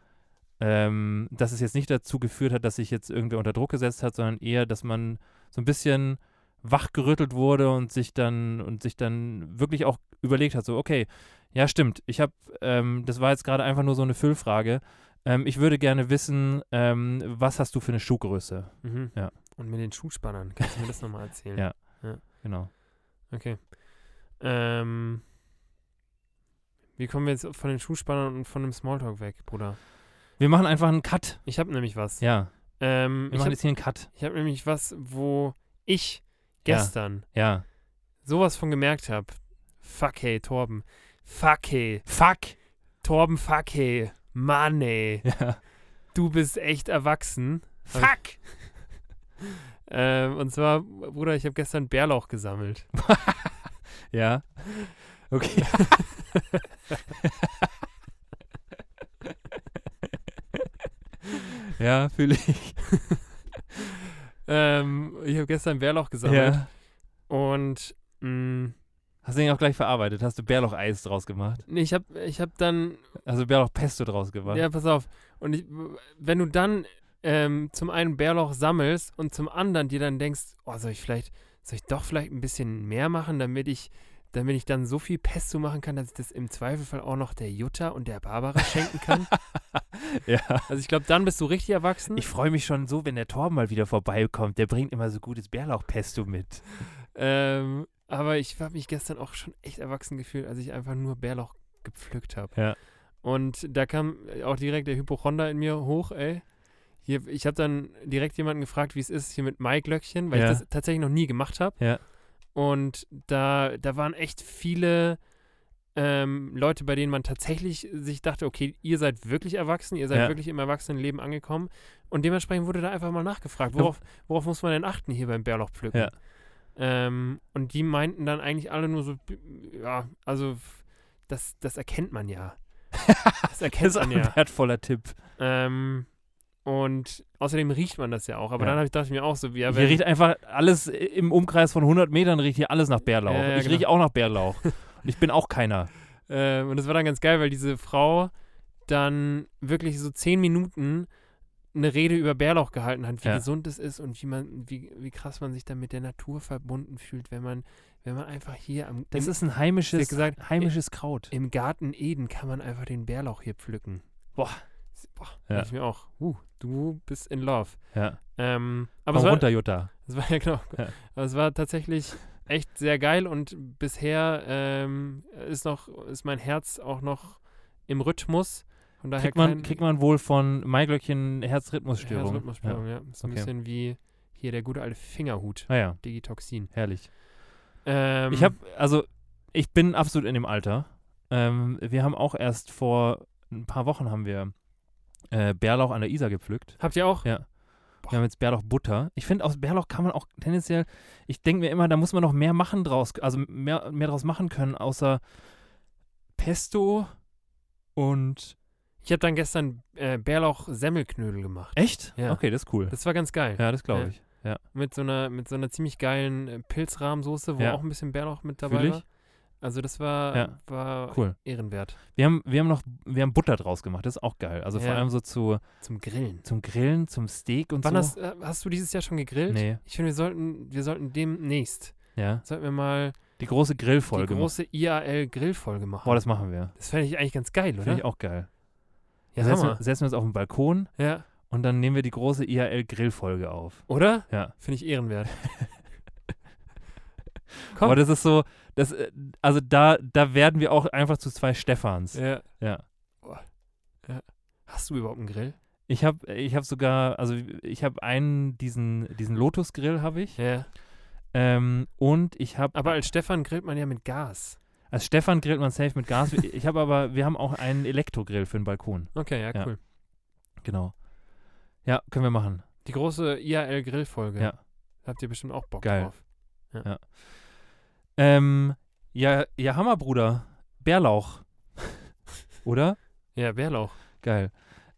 B: ähm, dass es jetzt nicht dazu geführt hat, dass sich jetzt irgendwer unter Druck gesetzt hat, sondern eher, dass man so ein bisschen wachgerüttelt wurde und sich dann und sich dann wirklich auch überlegt hat, so, okay, ja stimmt, ich habe, ähm, das war jetzt gerade einfach nur so eine Füllfrage. Ähm, ich würde gerne wissen, ähm, was hast du für eine Schuhgröße?
C: Mhm.
B: Ja.
C: Und mit den Schuhspannern, kannst du mir das nochmal erzählen?
B: [laughs] Ja. Genau.
C: Okay. Ähm, wie kommen wir jetzt von den Schuhspannern und von dem Smalltalk weg, Bruder?
B: Wir machen einfach einen Cut.
C: Ich habe nämlich was.
B: Ja,
C: Ähm,
B: wir
C: ich
B: machen
C: habe
B: jetzt hier einen Cut.
C: hab nämlich was, wo ich
B: Ja.
C: gestern
B: Ja. [laughs]
C: sowas von gemerkt habe. Fuck hey, Torben. Fuck hey.
B: Fuck!
C: Torben, fuck hey. Mann, ey.
B: Ja.
C: Du bist echt erwachsen. Also
B: Fuck!
C: [laughs] Ähm, und zwar, Bruder, ich habe gestern Bärlauch gesammelt.
B: Ja. Okay. [laughs] ja, fühle ich.
C: Ähm, ich habe gestern Bärlauch gesammelt.
B: Ja.
C: Und mm, mh,
B: Hast du ihn auch gleich verarbeitet? Hast du Bärlauch-Eis draus gemacht?
C: nee, ich habe ich hab dann
B: Hast du Bärlauch-Pesto draus gemacht?
C: Ja, pass auf. Und ich, wenn du dann ähm, zum einen Bärlauch sammelst und zum anderen dir dann denkst, oh, soll ich vielleicht, soll ich doch vielleicht ein bisschen mehr machen, damit ich, damit ich dann so viel Pesto machen kann, dass ich das im Zweifelfall auch noch der Jutta und der Barbara schenken kann.
B: ja.
C: Also ich glaube, dann bist du richtig erwachsen.
B: Ich freue mich schon so, wenn der Torben mal wieder vorbeikommt. Der bringt immer so gutes Bärlauchpesto mit.
C: ähm, aber ich habe mich gestern auch schon echt erwachsen gefühlt, als ich einfach nur Bärlauch gepflückt habe.
B: Ja.
C: Und da kam äh, auch direkt der Hypochonder in mir hoch, ey. Hier, ich habe dann direkt jemanden gefragt, wie es ist hier mit Maiglöckchen, weil
B: Ja.
C: ich das tatsächlich noch nie gemacht habe.
B: Ja.
C: Und da, da waren echt viele ähm, Leute, bei denen man tatsächlich sich dachte, okay, ihr seid wirklich erwachsen, ihr seid
B: Ja.
C: wirklich im Erwachsenenleben angekommen. Und dementsprechend wurde da einfach mal nachgefragt, worauf, worauf muss man denn achten hier beim Bärlauch pflücken?
B: Ja.
C: Ähm, und die meinten dann eigentlich alle nur so, ja, also f- das, das erkennt
B: [laughs]
C: man ja. Das
B: [laughs] Das
C: erkennt
B: ist auch
C: man
B: ein
C: ja.
B: wertvoller Tipp.
C: Ähm, und außerdem riecht man das ja auch. Aber
B: Ja.
C: dann hab ich, dachte ich mir auch so, wie ja,
B: hier
C: wenn-
B: riecht einfach alles im Umkreis von 100 Metern riecht hier alles nach Bärlauch.
C: Ja, ja,
B: ich
C: genau.
B: rieche auch nach
C: [laughs]
B: Bärlauch. Und ich bin auch keiner.
C: Ähm, und das war dann ganz geil, weil diese Frau dann wirklich so zehn Minuten eine Rede über Bärlauch gehalten hat, wie
B: Ja.
C: gesund es ist und wie man, wie, wie krass man sich dann mit der Natur verbunden fühlt, wenn man, wenn man einfach hier am
B: Das
C: im,
B: ist ein
C: sie hat
B: heimisches,
C: gesagt,
B: heimisches Kraut.
C: im Garten Eden kann man einfach den Bärlauch hier pflücken.
B: Boah.
C: Sie- Boah,
B: Ja.
C: dachte ich mir auch. Uh, du bist in love.
B: Ja.
C: Ähm, aber
B: Aber
C: es
B: Komm
C: war,
B: runter, Jutta.
C: es war ja genau.
B: Ja.
C: Aber es war tatsächlich echt sehr geil und bisher ähm, ist noch, ist mein Herz auch noch im Rhythmus. Von daher
B: Kriegt man,
C: kein
B: kriegt man wohl von Maiglöckchen Herzrhythmusstörung.
C: Herzrhythmusstörung, ja. Ist ein
B: Okay.
C: bisschen wie hier der gute alte Fingerhut,
B: Ja. Naja,
C: Digitoxin.
B: herrlich.
C: Ähm,
B: Ich habe, also, ich bin absolut in dem Alter. Ähm, wir haben auch erst vor ein paar Wochen haben wir äh, Bärlauch an der Isar gepflückt.
C: Habt ihr auch?
B: Ja. Wir haben jetzt Bärlauchbutter. Ich finde, aus Bärlauch kann man auch tendenziell, ich denke mir immer, da muss man noch mehr machen draus, also mehr, mehr draus machen können, außer Pesto und.
C: Ich habe dann gestern äh, Bärlauch-Semmelknödel gemacht.
B: Echt?
C: Ja.
B: Okay, das ist cool.
C: Das war ganz geil.
B: ja, das glaube
C: Ja.
B: ich. Ja.
C: Mit so einer, mit so einer ziemlich geilen äh, Pilzrahmsoße, wo
B: Ja.
C: auch ein bisschen Bärlauch mit dabei
B: Fühl ich.
C: war. Also das war,
B: Ja.
C: war
B: Cool.
C: ehrenwert.
B: Wir haben, wir haben noch, wir haben Butter draus gemacht, das ist auch geil. Also vor
C: Ja.
B: allem so zu,
C: Zum Grillen.
B: zum Grillen, zum Steak und
C: Wann
B: so.
C: hast, äh, hast du dieses Jahr schon gegrillt?
B: Nee.
C: Ich finde, wir sollten, wir sollten demnächst,
B: ja.
C: sollten wir mal
B: Die große Grillfolge.
C: die große IAL-Grillfolge machen.
B: Boah, das machen wir.
C: das fände ich eigentlich ganz geil, oder?
B: Finde ich auch geil.
C: ja,
B: setzen, wir,
C: Hammer.
B: setzen wir uns auf den Balkon
C: Ja,
B: und dann nehmen wir die große IRL-Grillfolge auf.
C: oder?
B: Ja.
C: Finde ich ehrenwert.
B: [laughs]
C: Komm.
B: Aber das ist so, das, äh, also da, da werden wir auch einfach zu zwei Stefans. Ja.
C: ja. Hast du überhaupt einen Grill?
B: Ich habe ich hab sogar, also ich habe einen, diesen, diesen Lotus-Grill habe ich.
C: Ja.
B: Ähm, und ich habe,
C: Aber als Stefan grillt man ja mit Gas.
B: als Stefan grillt man safe mit Gas. [laughs] ich habe aber, wir haben auch einen Elektrogrill für den Balkon.
C: Okay, ja,
B: Ja.
C: cool.
B: Genau. Ja, können wir machen.
C: Die große IAL-Grillfolge.
B: Ja.
C: Habt ihr bestimmt auch Bock
B: Geil.
C: drauf.
B: Ähm, ja, ja, Hammer, Bruder. Bärlauch. [laughs] Oder?
C: Ja, Bärlauch.
B: Geil.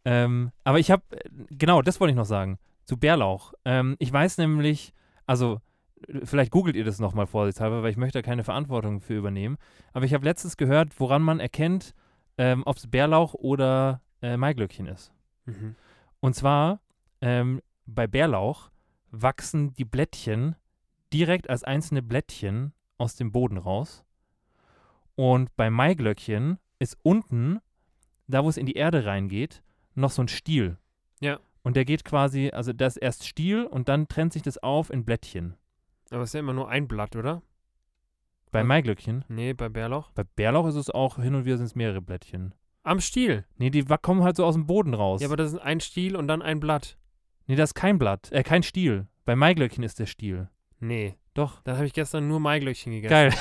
B: Ähm, aber ich habe, genau, das wollte ich noch sagen. Zu Bärlauch. Ähm, ich weiß nämlich, also äh, vielleicht googelt ihr das nochmal vorsichtshalber, weil ich möchte da keine Verantwortung für übernehmen. Aber ich habe letztens gehört, woran man erkennt, ähm, ob es Bärlauch oder äh, Maiglöckchen ist.
C: Mhm.
B: Und zwar, ähm, bei Bärlauch wachsen die Blättchen direkt als einzelne Blättchen aus dem Boden raus. Und bei Maiglöckchen ist unten, da wo es in die Erde reingeht, noch so ein Stiel.
C: Ja.
B: Und der geht quasi, also das ist erst Stiel und dann trennt sich das auf in Blättchen.
C: Aber es ist ja immer nur ein Blatt, oder?
B: Bei
C: Was?
B: Maiglöckchen,
C: Nee, bei Bärlauch.
B: bei Bärlauch ist es auch, hin und wieder sind es mehrere Blättchen.
C: Am Stiel.
B: Nee, die wa- kommen halt so aus dem Boden raus.
C: Ja, aber das ist ein Stiel und dann ein Blatt.
B: nee, das ist kein Blatt, äh, kein Stiel. Bei Maiglöckchen ist der Stiel.
C: Nee.
B: Doch.
C: Dann habe ich gestern nur Maiglöckchen gegessen.
B: Geil.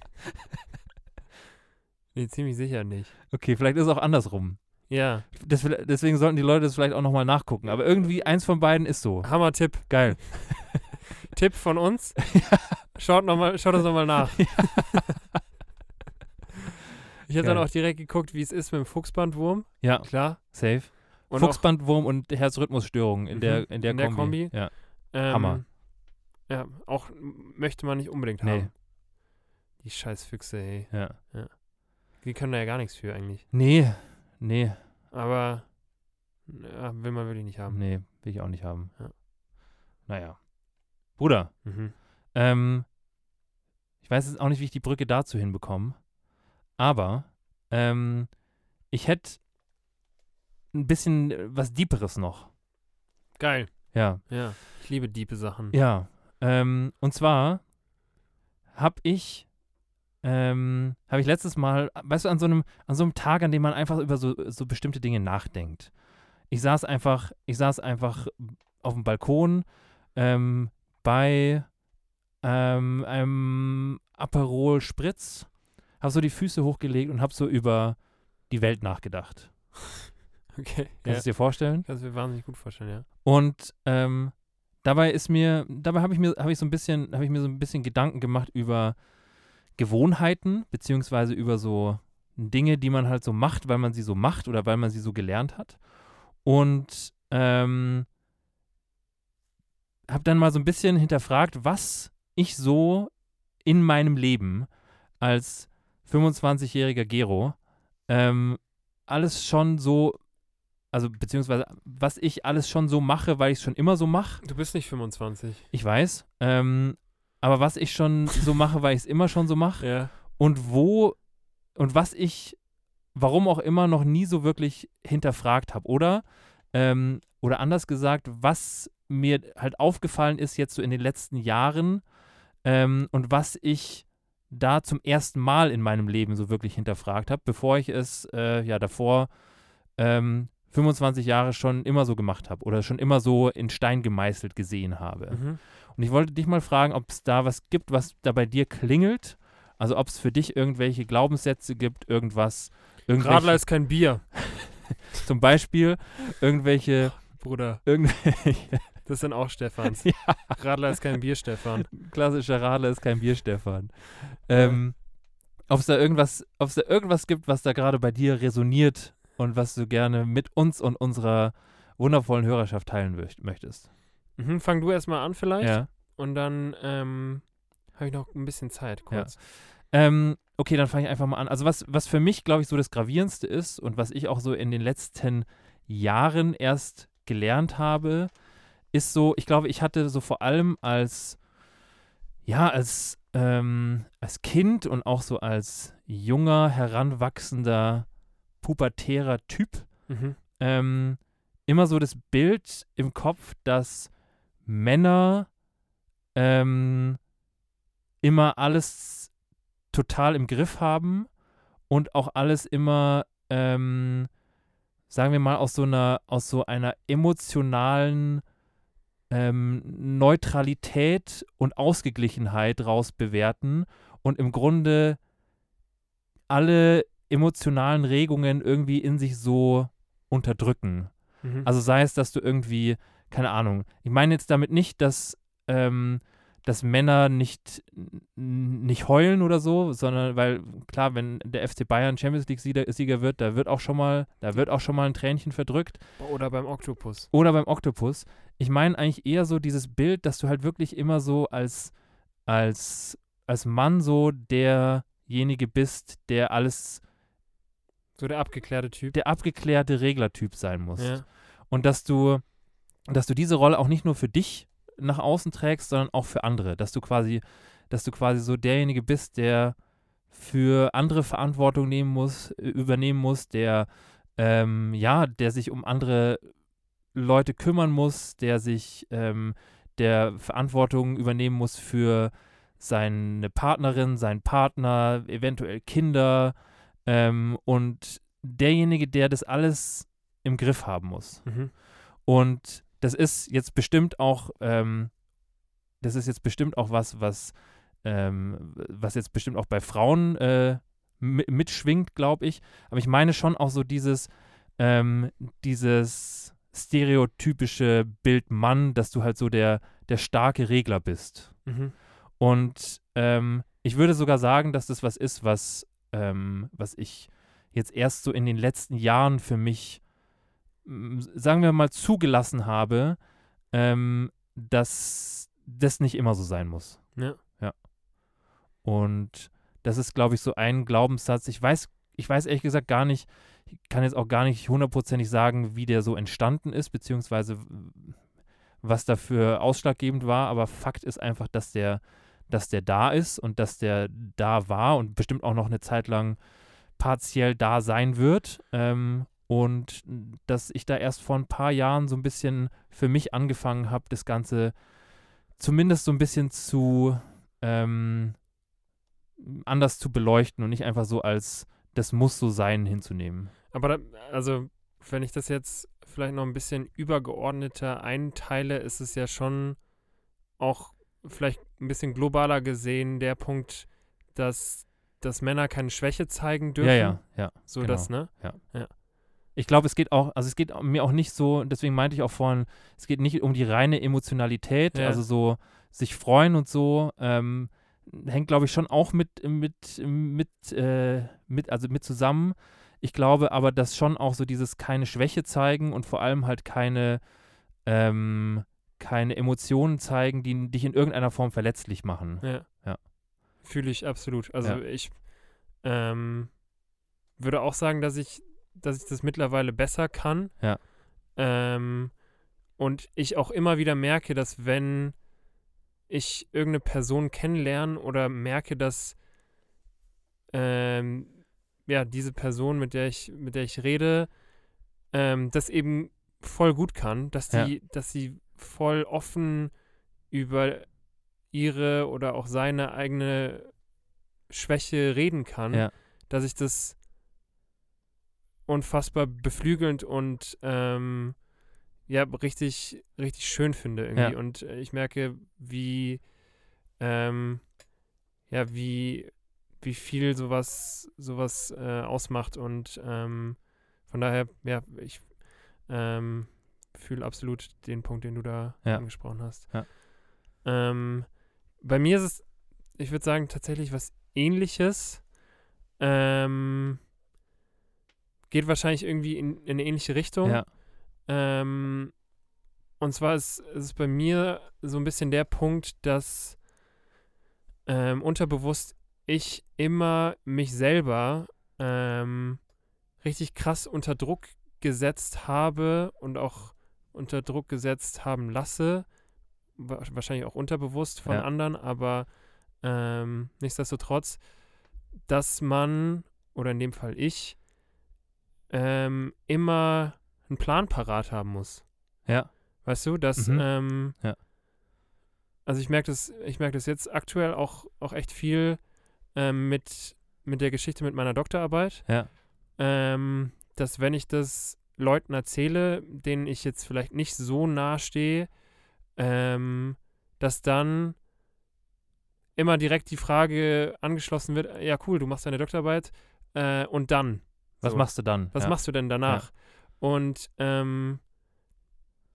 B: [laughs]
C: Nee, ziemlich sicher nicht.
B: Okay, vielleicht ist es auch andersrum.
C: Ja.
B: Das, deswegen sollten die Leute das vielleicht auch nochmal nachgucken. Aber irgendwie eins von beiden ist so.
C: Hammer-Tipp.
B: Geil.
C: [laughs] Tipp
B: [laughs]
C: von uns. Schaut, noch mal, schaut das nochmal nach. Ich habe dann
B: Geil. Oh.
C: auch direkt geguckt, wie es ist mit dem Fuchsbandwurm.
B: Ja,
C: Klar.
B: safe.
C: Und
B: Fuchsbandwurm und Herzrhythmusstörungen in,
C: Mhm,
B: der, in, der,
C: in der
B: Kombi.
C: Kombi.
B: Ja.
C: auch, ähm,
B: Hammer.
C: Ja, auch möchte man nicht unbedingt
B: Nee.
C: haben. Die scheiß Füchse, ey.
B: Ja.
C: Die können da ja gar nichts für eigentlich.
B: Nee, nee,
C: Aber ja, will man wirklich nicht haben.
B: nee, will ich auch nicht haben.
C: Ja.
B: Naja. Bruder,
C: Mhm.
B: ähm, ich weiß jetzt auch nicht, wie ich die Brücke dazu hinbekomme. Aber ähm, ich hätte ein bisschen äh, was Deeperes noch.
C: Geil.
B: Ja.
C: Ja. Ich liebe diepe Sachen.
B: Ja, ähm, und zwar habe ich ähm, habe ich letztes Mal, weißt du, an so einem, an so einem Tag, an dem man einfach über so, so bestimmte Dinge nachdenkt. Ich saß einfach, ich saß einfach auf dem Balkon ähm, bei ähm, einem Aperol Spritz, habe so die Füße hochgelegt und habe so über die Welt nachgedacht.
C: Okay.
B: Kannst du
C: ja.
B: es dir vorstellen?
C: Kannst du mir wahnsinnig gut vorstellen, ja.
B: Und ähm, dabei ist mir, dabei habe ich mir, habe ich so ein bisschen, habe ich mir so ein bisschen Gedanken gemacht über Gewohnheiten, beziehungsweise über so Dinge, die man halt so macht, weil man sie so macht oder weil man sie so gelernt hat. Und ähm, habe dann mal so ein bisschen hinterfragt, was ich so in meinem Leben als 25-jähriger Gero ähm, alles schon so, also beziehungsweise was ich alles schon so mache, weil ich es schon immer so mache.
C: Du bist nicht 25.
B: Ich weiß. Ähm, aber was ich schon so mache, weil ich es immer schon so mache.
C: Ja.
B: Und wo und was ich, warum auch immer, noch nie so wirklich hinterfragt habe. Oder, ähm, oder anders gesagt, was mir halt aufgefallen ist jetzt so in den letzten Jahren ähm, und was ich da zum ersten Mal in meinem Leben so wirklich hinterfragt habe, bevor ich es äh, ja davor ähm, 25 Jahre schon immer so gemacht habe oder schon immer so in Stein gemeißelt gesehen habe.
C: Mhm.
B: Und ich wollte dich mal fragen, ob es da was gibt, was da bei dir klingelt. Also ob es für dich irgendwelche Glaubenssätze gibt, irgendwas,
C: Radler
B: irgendwelche,
C: ist kein Bier,
B: [laughs] zum Beispiel irgendwelche,
C: Bruder.
B: irgendwelche [laughs]
C: Das sind auch Stefans.
B: Ja.
C: Radler ist kein Bier, Stefan.
B: klassischer Radler ist kein Bier, Stefan. Ähm, ob es da irgendwas, ob es da irgendwas gibt, was da gerade bei dir resoniert und was du gerne mit uns und unserer wundervollen Hörerschaft teilen möcht- möchtest.
C: Mhm, fang du erstmal an vielleicht.
B: Ja.
C: Und dann ähm, habe ich noch ein bisschen Zeit kurz.
B: Ähm, okay, dann fange ich einfach mal an. Also was, was für mich, glaube ich, so das Gravierendste ist und was ich auch so in den letzten Jahren erst gelernt habe, ist so, ich glaube, ich hatte so vor allem als, ja, als, ähm, als Kind und auch so als junger, heranwachsender, pubertärer Typ,
C: Mhm.
B: ähm, immer so das Bild im Kopf, dass Männer ähm, immer alles total im Griff haben und auch alles immer, ähm, sagen wir mal, aus so einer, aus so einer emotionalen ähm, Neutralität und Ausgeglichenheit raus bewerten und im Grunde alle emotionalen Regungen irgendwie in sich so unterdrücken.
C: Mhm.
B: Also sei es, dass du irgendwie, keine Ahnung, ich meine jetzt damit nicht, dass, ähm, dass Männer nicht, n- nicht heulen oder so, sondern weil, klar, wenn der FC Bayern Champions League-Sieger Sieger wird, da wird auch schon mal, da wird auch schon mal ein Tränchen verdrückt
C: Oder beim Oktopus.
B: oder beim Oktopus. Ich meine eigentlich eher so dieses Bild, dass du halt wirklich immer so als, als, als Mann so derjenige bist, der alles,
C: So der abgeklärte Typ.
B: der abgeklärte Reglertyp sein muss.
C: ja.
B: Und dass du, dass du diese Rolle auch nicht nur für dich nach außen trägst, sondern auch für andere. Dass du quasi, dass du quasi so derjenige bist, der für andere Verantwortung nehmen muss, äh, übernehmen muss, der ähm, ja, der sich um andere Leute kümmern muss, der sich, ähm, der Verantwortung übernehmen muss für seine Partnerin, seinen Partner, eventuell Kinder ähm, und derjenige, der das alles im Griff haben muss.
C: Mhm.
B: Und das ist jetzt bestimmt auch, ähm, das ist jetzt bestimmt auch was, was, ähm, was jetzt bestimmt auch bei Frauen äh, mi- mitschwingt, glaube ich. Aber ich meine schon auch so dieses, ähm, dieses stereotypische Bild Mann, dass du halt so der, der starke Regler bist.
C: Mhm.
B: Und ähm, ich würde sogar sagen, dass das was ist, was, ähm, was ich jetzt erst so in den letzten Jahren für mich, m, sagen wir mal, zugelassen habe, ähm, dass das nicht immer so sein muss.
C: Ja.
B: ja. Und das ist, glaube ich, so ein Glaubenssatz. Ich weiß, ich weiß ehrlich gesagt gar nicht, ich kann jetzt auch gar nicht hundertprozentig sagen, wie der so entstanden ist, beziehungsweise w- was dafür ausschlaggebend war, aber Fakt ist einfach, dass der dass der da ist und dass der da war und bestimmt auch noch eine Zeit lang partiell da sein wird. Ähm, und dass ich da erst vor ein paar Jahren so ein bisschen für mich angefangen habe, das Ganze zumindest so ein bisschen zu, ähm, anders zu beleuchten und nicht einfach so als das muss so sein hinzunehmen.
C: Aber da, also, wenn ich das jetzt vielleicht noch ein bisschen übergeordneter einteile, ist es ja schon auch vielleicht ein bisschen globaler gesehen der Punkt, dass, dass Männer keine Schwäche zeigen dürfen.
B: Ja, ja, ja.
C: So
B: genau.
C: das, ne?
B: Ich glaube, es geht auch, also es geht mir auch nicht so, deswegen meinte ich auch vorhin, es geht nicht um die reine Emotionalität,
C: Ja.
B: also so sich freuen und so, ähm, hängt, glaube ich, schon auch mit, mit, mit, äh, mit, also mit zusammen. Ich glaube aber, dass schon auch so dieses keine Schwäche zeigen und vor allem halt keine, ähm, keine Emotionen zeigen, die dich in irgendeiner Form verletzlich machen.
C: Ja.
B: Ja.
C: Fühle ich absolut. Also
B: Ja.
C: ich ähm, würde auch sagen, dass ich, dass ich das mittlerweile besser kann.
B: Ja.
C: Ähm, und ich auch immer wieder merke, dass wenn ich irgendeine Person kennenlerne oder merke, dass ähm, ja, diese Person, mit der ich, mit der ich rede, ähm, das eben voll gut kann, dass
B: Ja.
C: sie, dass sie voll offen über ihre oder auch seine eigene Schwäche reden kann,
B: Ja.
C: dass ich das unfassbar beflügelnd und ähm, ja, richtig, richtig schön finde irgendwie.
B: Ja.
C: Und äh, ich merke, wie, ähm, ja, wie, wie viel sowas, sowas äh, ausmacht. Und ähm, von daher, ja, ich ähm, fühle absolut den Punkt, den du da
B: Ja.
C: angesprochen hast.
B: Ja.
C: Ähm, bei mir ist es, ich würde sagen, tatsächlich was ähnliches. Ähm, geht wahrscheinlich irgendwie in, in eine ähnliche Richtung.
B: Ja,
C: Ähm, und zwar ist ist es bei mir so ein bisschen der Punkt, dass ähm, unterbewusst ich immer mich selber ähm, richtig krass unter Druck gesetzt habe und auch unter Druck gesetzt haben lasse. Wa- Wahrscheinlich auch unterbewusst von
B: Ja.
C: anderen, aber ähm, nichtsdestotrotz, dass man, oder in dem Fall ich, ähm, immer einen Plan parat haben muss.
B: ja,
C: Weißt du, dass,
B: Mhm.
C: ähm,
B: Ja.
C: also ich merke das, ich merke das jetzt aktuell auch, auch echt viel ähm, mit, mit der Geschichte mit meiner Doktorarbeit.
B: Ja.
C: Ähm, dass wenn ich das Leuten erzähle, denen ich jetzt vielleicht nicht so nahe stehe, ähm, dass dann immer direkt die Frage angeschlossen wird, ja cool, du machst deine Doktorarbeit äh, und dann.
B: was
C: So.
B: machst du dann?
C: Was
B: ja.
C: machst du denn danach? Und ähm,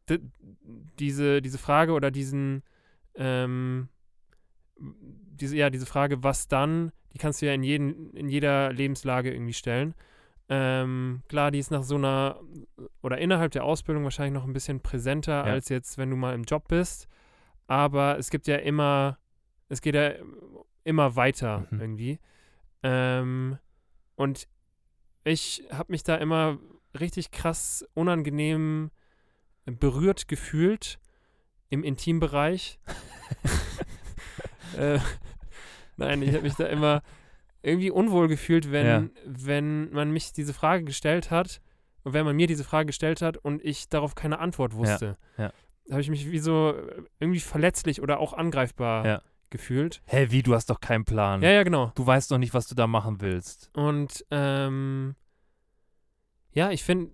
C: di- diese, diese Frage oder diesen, ähm, diese, ja, diese Frage, was dann, die kannst du ja in, jeden, in jeder Lebenslage irgendwie stellen. Ähm, klar, die ist nach so einer oder innerhalb der Ausbildung wahrscheinlich noch ein bisschen präsenter
B: Ja.
C: als jetzt, wenn du mal im Job bist. Aber es gibt ja immer, es geht ja immer weiter
B: Mhm.
C: irgendwie. Ähm, und ich habe mich da immer richtig krass unangenehm berührt gefühlt
B: [laughs]
C: im Intimbereich. äh, nein, ich habe mich da immer irgendwie unwohl gefühlt, wenn,
B: Ja.
C: wenn man mich diese Frage gestellt hat und wenn man mir diese Frage gestellt hat und ich darauf keine Antwort wusste.
B: ja.
C: Da habe ich mich wie so äh, irgendwie verletzlich oder auch angreifbar
B: Ja.
C: gefühlt.
B: Hä, wie, du hast doch keinen Plan.
C: Ja, ja, genau.
B: Du weißt doch nicht, was du da machen willst.
C: Und ähm, ja, ich finde,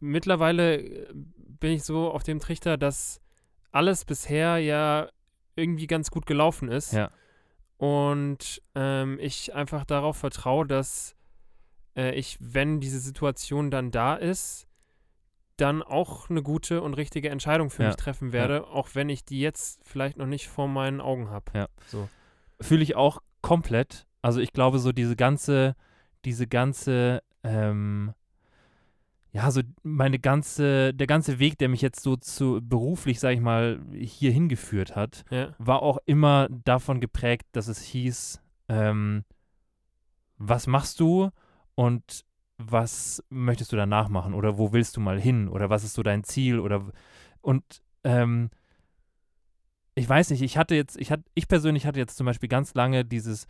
C: mittlerweile äh, bin ich so auf dem Trichter, dass alles bisher ja irgendwie ganz gut gelaufen ist.
B: Ja.
C: Und ähm, ich einfach darauf vertraue, dass äh, ich, wenn diese Situation dann da ist, dann auch eine gute und richtige Entscheidung für
B: Ja.
C: mich treffen werde, auch wenn ich die jetzt vielleicht noch nicht vor meinen Augen habe.
B: fühle ich auch komplett. Also ich glaube, so diese ganze, diese ganze, ähm, ja, so meine ganze, der ganze Weg, der mich jetzt so zu beruflich, sag ich mal, hier hingeführt hat,
C: Ja.
B: war auch immer davon geprägt, dass es hieß, ähm, was machst du und was möchtest du danach machen oder wo willst du mal hin oder was ist so dein Ziel oder w- und ähm, ich weiß nicht, ich hatte jetzt, ich hatte, ich persönlich hatte jetzt zum Beispiel ganz lange dieses,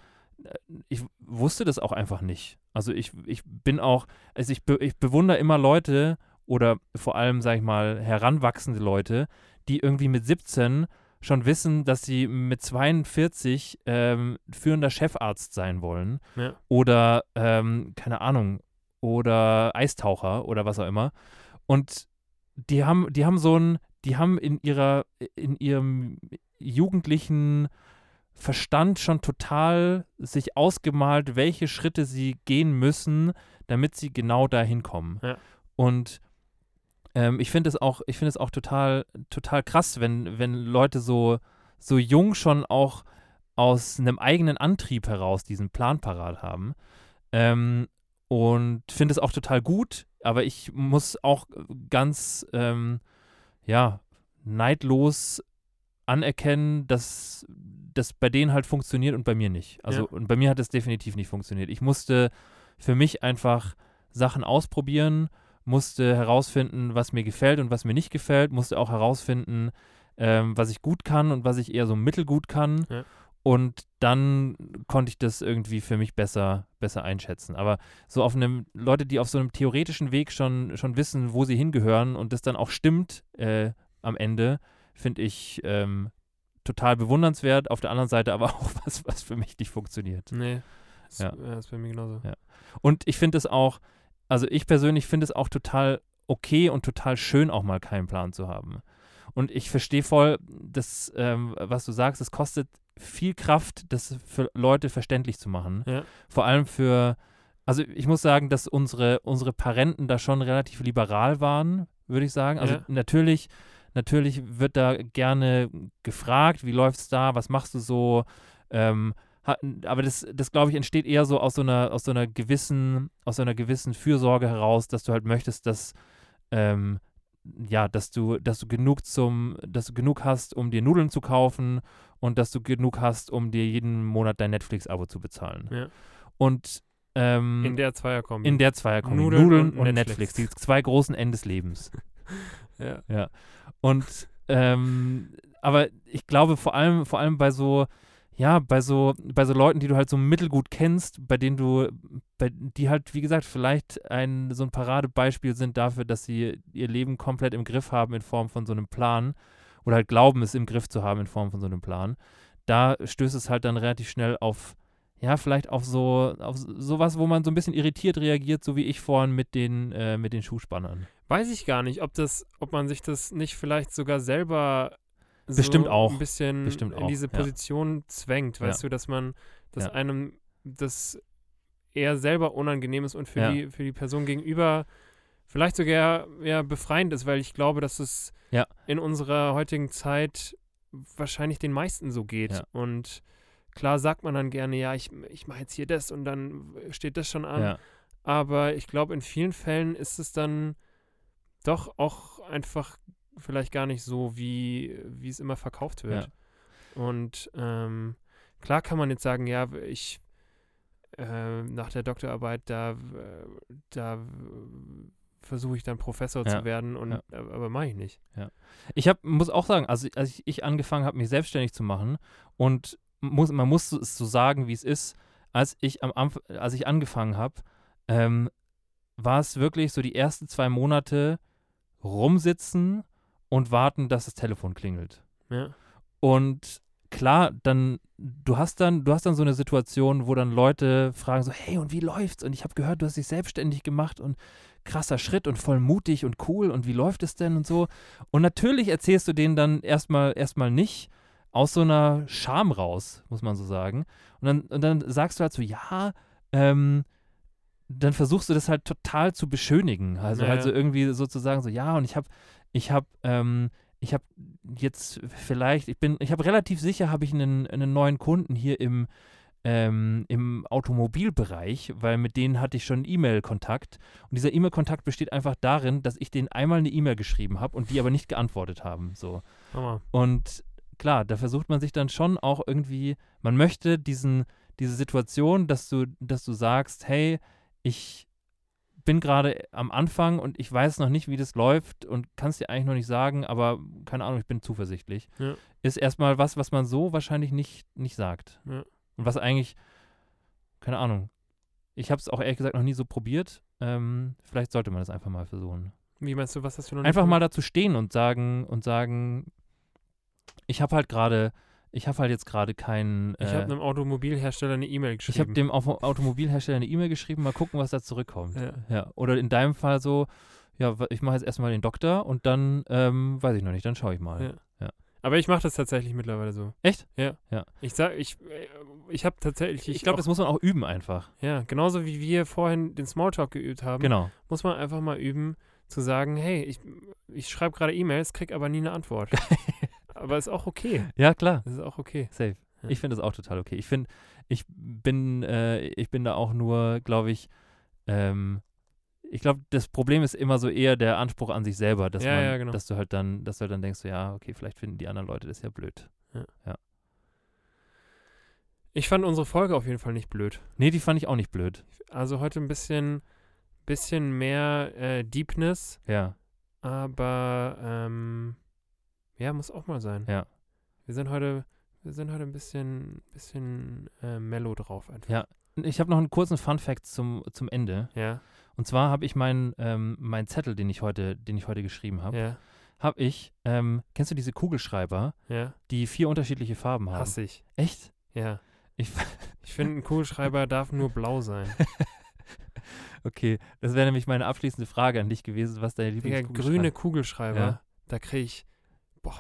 B: äh, ich wusste das auch einfach nicht. Also ich, ich bin auch, also ich, be, ich bewundere immer Leute oder vor allem, sag ich mal, heranwachsende Leute, die irgendwie mit 17 schon wissen, dass sie mit 42 ähm, führender Chefarzt sein wollen
C: Ja.
B: oder ähm, keine Ahnung oder Eistaucher oder was auch immer und die haben die haben so ein die haben in ihrer in ihrem jugendlichen Verstand schon total sich ausgemalt, welche Schritte sie gehen müssen, damit sie genau dahin kommen.
C: Ja.
B: Und ähm, ich finde es auch, ich finde es auch total, total krass, wenn, wenn Leute so, so jung schon auch aus einem eigenen Antrieb heraus diesen Plan parat haben. Ähm, und finde es auch total gut, aber ich muss auch ganz, ähm, ja, neidlos anerkennen, dass das bei denen halt funktioniert und bei mir nicht. Also
C: Ja.
B: und bei mir hat es definitiv nicht funktioniert. Ich musste für mich einfach Sachen ausprobieren, musste herausfinden, was mir gefällt und was mir nicht gefällt, musste auch herausfinden, ähm, was ich gut kann und was ich eher so mittelgut kann.
C: Ja.
B: Und dann konnte ich das irgendwie für mich besser, besser einschätzen. Aber so auf einem, Leute, die auf so einem theoretischen Weg schon, schon wissen, wo sie hingehören und das dann auch stimmt äh, am Ende, finde ich ähm, total bewundernswert. Auf der anderen Seite aber [laughs] auch was, was für mich nicht funktioniert.
C: Nee. Ist,
B: Ja.
C: ja. ist bei mir genauso.
B: Und ich finde es auch, also ich persönlich finde es auch total okay und total schön, auch mal keinen Plan zu haben. Und ich verstehe voll, das, ähm, was du sagst, es kostet viel Kraft, das für Leute verständlich zu machen.
C: Ja.
B: Vor allem für, also ich muss sagen, dass unsere, unsere Parenten da schon relativ liberal waren, würde ich sagen. Also
C: Ja.
B: natürlich, natürlich wird da gerne gefragt, wie läuft's da, was machst du so, ähm, hat, aber das, das glaube ich, entsteht eher so aus so einer, aus so einer gewissen, aus so einer gewissen Fürsorge heraus, dass du halt möchtest, dass, ähm, ja, dass du, dass du genug zum, dass du genug hast, um dir Nudeln zu kaufen und dass du genug hast, um dir jeden Monat dein Netflix-Abo zu bezahlen.
C: Ja.
B: Und ähm,
C: In der Zweierkombi.
B: in der Zweierkombi.
C: Nudeln
B: Nudeln,
C: und
B: und, Netflix.
C: Netflix.
B: die zwei großen Enden des [laughs] Lebens.
C: ja.
B: Und ähm, aber ich glaube vor allem, vor allem bei so, ja, bei so, bei so Leuten, die du halt so mittelgut kennst, bei denen du, bei, die halt, wie gesagt, vielleicht ein, so ein Paradebeispiel sind dafür, dass sie ihr Leben komplett im Griff haben in Form von so einem Plan oder halt glauben, es im Griff zu haben in Form von so einem Plan, da stößt es halt dann relativ schnell auf, ja, vielleicht auf so, auf sowas, wo man so ein bisschen irritiert reagiert, so wie ich vorhin mit den, äh, mit den Schuhspannern.
C: Weiß ich gar nicht, ob das, ob man sich das nicht vielleicht sogar selber so
B: Bestimmt auch.
C: ein bisschen
B: Bestimmt
C: in
B: auch,
C: diese
B: ja.
C: Position zwängt,
B: Ja.
C: weißt du, dass man, dass
B: Ja.
C: einem das eher selber unangenehm ist und für
B: Ja.
C: die, für die Person gegenüber vielleicht sogar ja, befreiend ist, weil ich glaube, dass es
B: Ja.
C: in unserer heutigen Zeit wahrscheinlich den meisten so geht.
B: Ja.
C: Und klar sagt man dann gerne, ja, ich, ich mache jetzt hier das und dann steht das schon an.
B: Ja,
C: Aber ich glaube, in vielen Fällen ist es dann doch auch einfach vielleicht gar nicht so, wie, wie es immer verkauft wird. Und ähm, klar kann man jetzt sagen, ja, ich äh, nach der Doktorarbeit, da, äh, da äh, versuche ich dann Professor
B: Ja,
C: zu werden und
B: ja.
C: aber mache ich nicht.
B: Ich hab, muss auch sagen, also als ich, ich angefangen habe, mich selbstständig zu machen und muss, man muss es so sagen, wie es ist, als ich, am, Anf- als ich angefangen habe, ähm, war es wirklich so die ersten zwei Monate rumsitzen und warten, dass das Telefon klingelt.
C: Ja.
B: Und klar, dann, du hast dann, du hast dann so eine Situation, wo dann Leute fragen so, hey, und wie läuft's? Und ich habe gehört, du hast dich selbstständig gemacht und krasser Schritt und voll mutig und cool und wie läuft es denn und so. Und natürlich erzählst du denen dann erstmal, erstmal nicht aus so einer Scham raus, muss man so sagen. Und dann, und dann sagst du halt so, ja, ähm, dann versuchst du das halt total zu beschönigen. Also
C: Ja,
B: halt
C: ja.
B: so irgendwie sozusagen so, ja, und ich habe, ich habe, ähm, ich habe jetzt vielleicht, ich bin, ich habe relativ sicher, habe ich einen, einen neuen Kunden hier im, ähm, im Automobilbereich, weil mit denen hatte ich schon E-Mail-Kontakt. Und dieser E-Mail-Kontakt besteht einfach darin, dass ich denen einmal eine E-Mail geschrieben habe und die aber nicht geantwortet haben. So.
C: Hammer.
B: Und klar, da versucht man sich dann schon auch irgendwie, man möchte diesen, diese Situation, dass du, dass du sagst, hey, ich bin gerade am Anfang und ich weiß noch nicht, wie das läuft und kann es dir eigentlich noch nicht sagen, aber keine Ahnung, ich bin zuversichtlich.
C: Ja.
B: Ist erstmal was, was man so wahrscheinlich nicht, nicht sagt.
C: Ja.
B: Und was eigentlich, keine Ahnung, ich habe es auch ehrlich gesagt noch nie so probiert. Ähm, vielleicht sollte man das einfach mal versuchen
C: Wie meinst du, was hast du noch nicht
B: einfach mal
C: gemacht?
B: dazu stehen und sagen und sagen, Ich habe halt gerade, ich habe halt jetzt gerade keinen.
C: Ich habe
B: Äh,
C: einem Automobilhersteller eine E-Mail geschrieben.
B: ich habe dem Au- Automobilhersteller eine E-Mail geschrieben, mal gucken, was da zurückkommt.
C: Ja.
B: Ja, oder in deinem Fall so, ja, wa- ich mache jetzt erstmal den Doktor und dann, ähm, weiß ich noch nicht, dann schaue ich mal.
C: Ja. Aber ich mache das tatsächlich mittlerweile so.
B: Echt?
C: Ja.
B: Ja.
C: Ich sag, ich, äh, ich habe tatsächlich.
B: Ich, glaube, das muss man auch üben einfach.
C: auch- Ja, genauso wie wir vorhin den Smalltalk geübt haben,
B: Genau.
C: muss man einfach mal üben, zu sagen: Hey, ich, ich schreibe gerade E-Mails, krieg aber nie eine Antwort. aber ist auch okay.
B: Ja, klar.
C: Das ist auch okay.
B: Safe.
C: Ja.
B: Ich finde das auch total okay. Ich finde, ich bin, äh, ich bin da auch nur, glaube ich, ähm, ich glaube, das Problem ist immer so eher der Anspruch an sich selber, dass,
C: Ja,
B: man,
C: ja, genau.
B: dass du halt dann, dass du halt dann denkst, so, ja, okay, vielleicht finden die anderen Leute das ja blöd.
C: Ich fand unsere Folge auf jeden Fall nicht blöd.
B: Nee, die fand ich auch nicht blöd.
C: Also heute ein bisschen, bisschen mehr äh, Deepness,
B: Ja.
C: aber ähm, ja, muss auch mal sein.
B: Ja.
C: Wir sind heute, wir sind heute ein bisschen, bisschen äh, mellow drauf einfach.
B: Ich habe noch einen kurzen Fun-Fact zum, zum Ende.
C: Ja,
B: Und zwar habe ich meinen ähm, meinen Zettel, den ich heute, den ich heute geschrieben habe,
C: ja,
B: habe ich, ähm, kennst du diese Kugelschreiber,
C: ja.
B: die vier unterschiedliche Farben haben?
C: Hasse ich.
B: Echt?
C: Ja.
B: Ich,
C: Ich finde, ein Kugelschreiber darf nur
B: [laughs]
C: blau sein.
B: okay, das wäre nämlich meine abschließende Frage an dich gewesen, was deine
C: Digga,
B: Lieblingskugelschreiber
C: grüne Kugelschreiber,
B: Ja.
C: da kriege ich,
B: [laughs]
C: boah.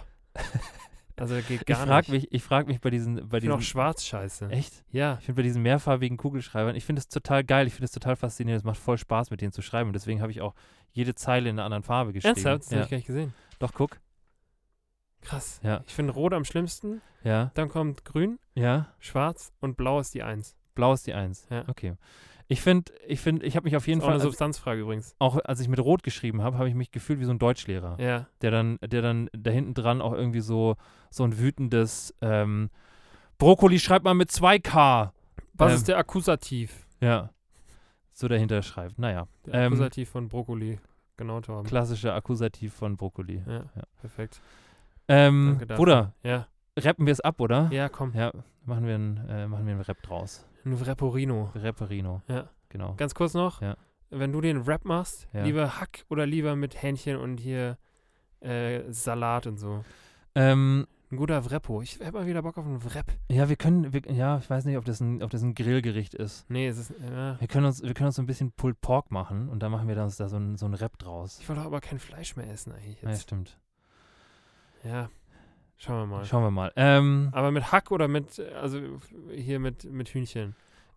C: Also geht
B: Ich
C: gar
B: frage
C: nicht.
B: mich, ich frag mich bei diesen, bei
C: Ich finde auch
B: diesen
C: schwarz scheiße.
B: echt?
C: Ja,
B: Ich finde bei diesen mehrfarbigen Kugelschreibern, ich finde es total geil, ich finde es total faszinierend, es macht voll Spaß mit denen zu schreiben und deswegen habe ich auch jede Zeile in einer anderen Farbe geschrieben.
C: ernsthaft? Das habe
B: Ja.
C: ich gar nicht gesehen.
B: Doch guck.
C: Krass.
B: Ja.
C: Ich finde rot am schlimmsten,
B: Ja.
C: dann kommt grün,
B: Ja.
C: schwarz und blau ist die Eins.
B: Blau ist die Eins.
C: Ja.
B: Okay. Ich finde, ich finde, ich habe mich auf jeden
C: Ist auch eine
B: Fall, also als,
C: Substanzfrage übrigens.
B: auch als ich mit Rot geschrieben habe, habe ich mich gefühlt wie so ein Deutschlehrer,
C: Ja.
B: der dann, der dann da hinten dran auch irgendwie so, so ein wütendes ähm, Brokkoli schreibt man mit 2K.
C: Was
B: Ähm,
C: ist der Akkusativ?
B: Ja. So dahinter schreibt. Naja.
C: Der
B: Ähm,
C: Akkusativ von Brokkoli. Genau, Torben.
B: Klassischer Akkusativ von Brokkoli.
C: Ja,
B: Ja.
C: perfekt.
B: Ähm,
C: Danke dafür.
B: Bruder,
C: Ja.
B: rappen wir es ab, oder?
C: Ja, komm.
B: Ja, machen wir einen, äh, machen wir einen Rap draus.
C: Ein Rapporino.
B: Rapperino.
C: Ja.
B: Genau.
C: Ganz kurz noch.
B: Ja.
C: Wenn du den Rap machst,
B: Ja.
C: lieber Hack oder lieber mit Hähnchen und hier äh, Salat und so.
B: Ähm,
C: Ein guter Wreppo. Ich hab mal wieder Bock auf einen Wrap.
B: ja, wir können, wir, ja, ich weiß nicht, ob das ein, ob das ein Grillgericht ist.
C: Nee, es ist. äh, Ja.
B: Wir können uns, wir können uns so ein bisschen Pulled Pork machen und dann machen wir da uns da so ein, so ein Rap draus.
C: Ich wollte doch aber kein Fleisch mehr essen eigentlich
B: Ja,
C: jetzt.
B: stimmt.
C: Ja. Schauen wir mal. Ah.
B: Schauen wir mal. Ähm,
C: Aber mit Hack oder mit, äh, also f- hier mit, mit Hühnchen?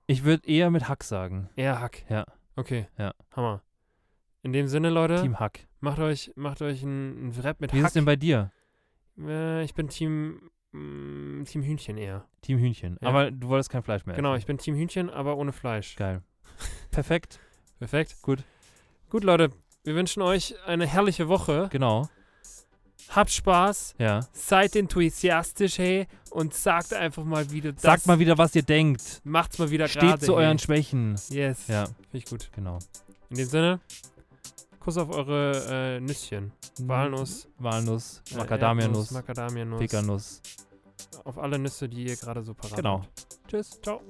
B: ich würde eher mit Hack sagen.
C: Eher Hack.
B: Ja.
C: Okay.
B: Ja.
C: Hammer. In dem Sinne, Leute,
B: Team Hack.
C: macht euch, macht euch ein, ein Wrap mit
B: Wie ist
C: Hack.
B: es denn bei dir?
C: äh, ich bin Team, mm, Team Hühnchen eher.
B: Team Hühnchen.
C: Ja.
B: Aber du wolltest kein Fleisch mehr.
C: Genau, ich
B: essen.
C: bin Team Hühnchen, aber ohne Fleisch.
B: Geil. Perfekt.
C: Perfekt.
B: Gut.
C: Gut, Leute, wir wünschen euch eine herrliche Woche.
B: Genau.
C: Habt Spaß,
B: Ja.
C: seid enthusiastisch, hey, und sagt einfach mal wieder das.
B: Sagt mal wieder, was ihr denkt.
C: Macht's mal wieder gerade.
B: Steht zu euren Schwächen.
C: hey. Yes.
B: Ja,
C: Finde ich gut.
B: genau.
C: In dem Sinne, Kuss auf eure äh, Nüsschen. Walnuss,
B: Walnuss,
C: äh, Erdnuss,
B: Mhm. Macadamianuss,
C: Macadamianuss,
B: Pekanuss.
C: auf alle Nüsse, die ihr gerade so parat
B: Genau.
C: habt.
B: Tschüss.
C: Ciao.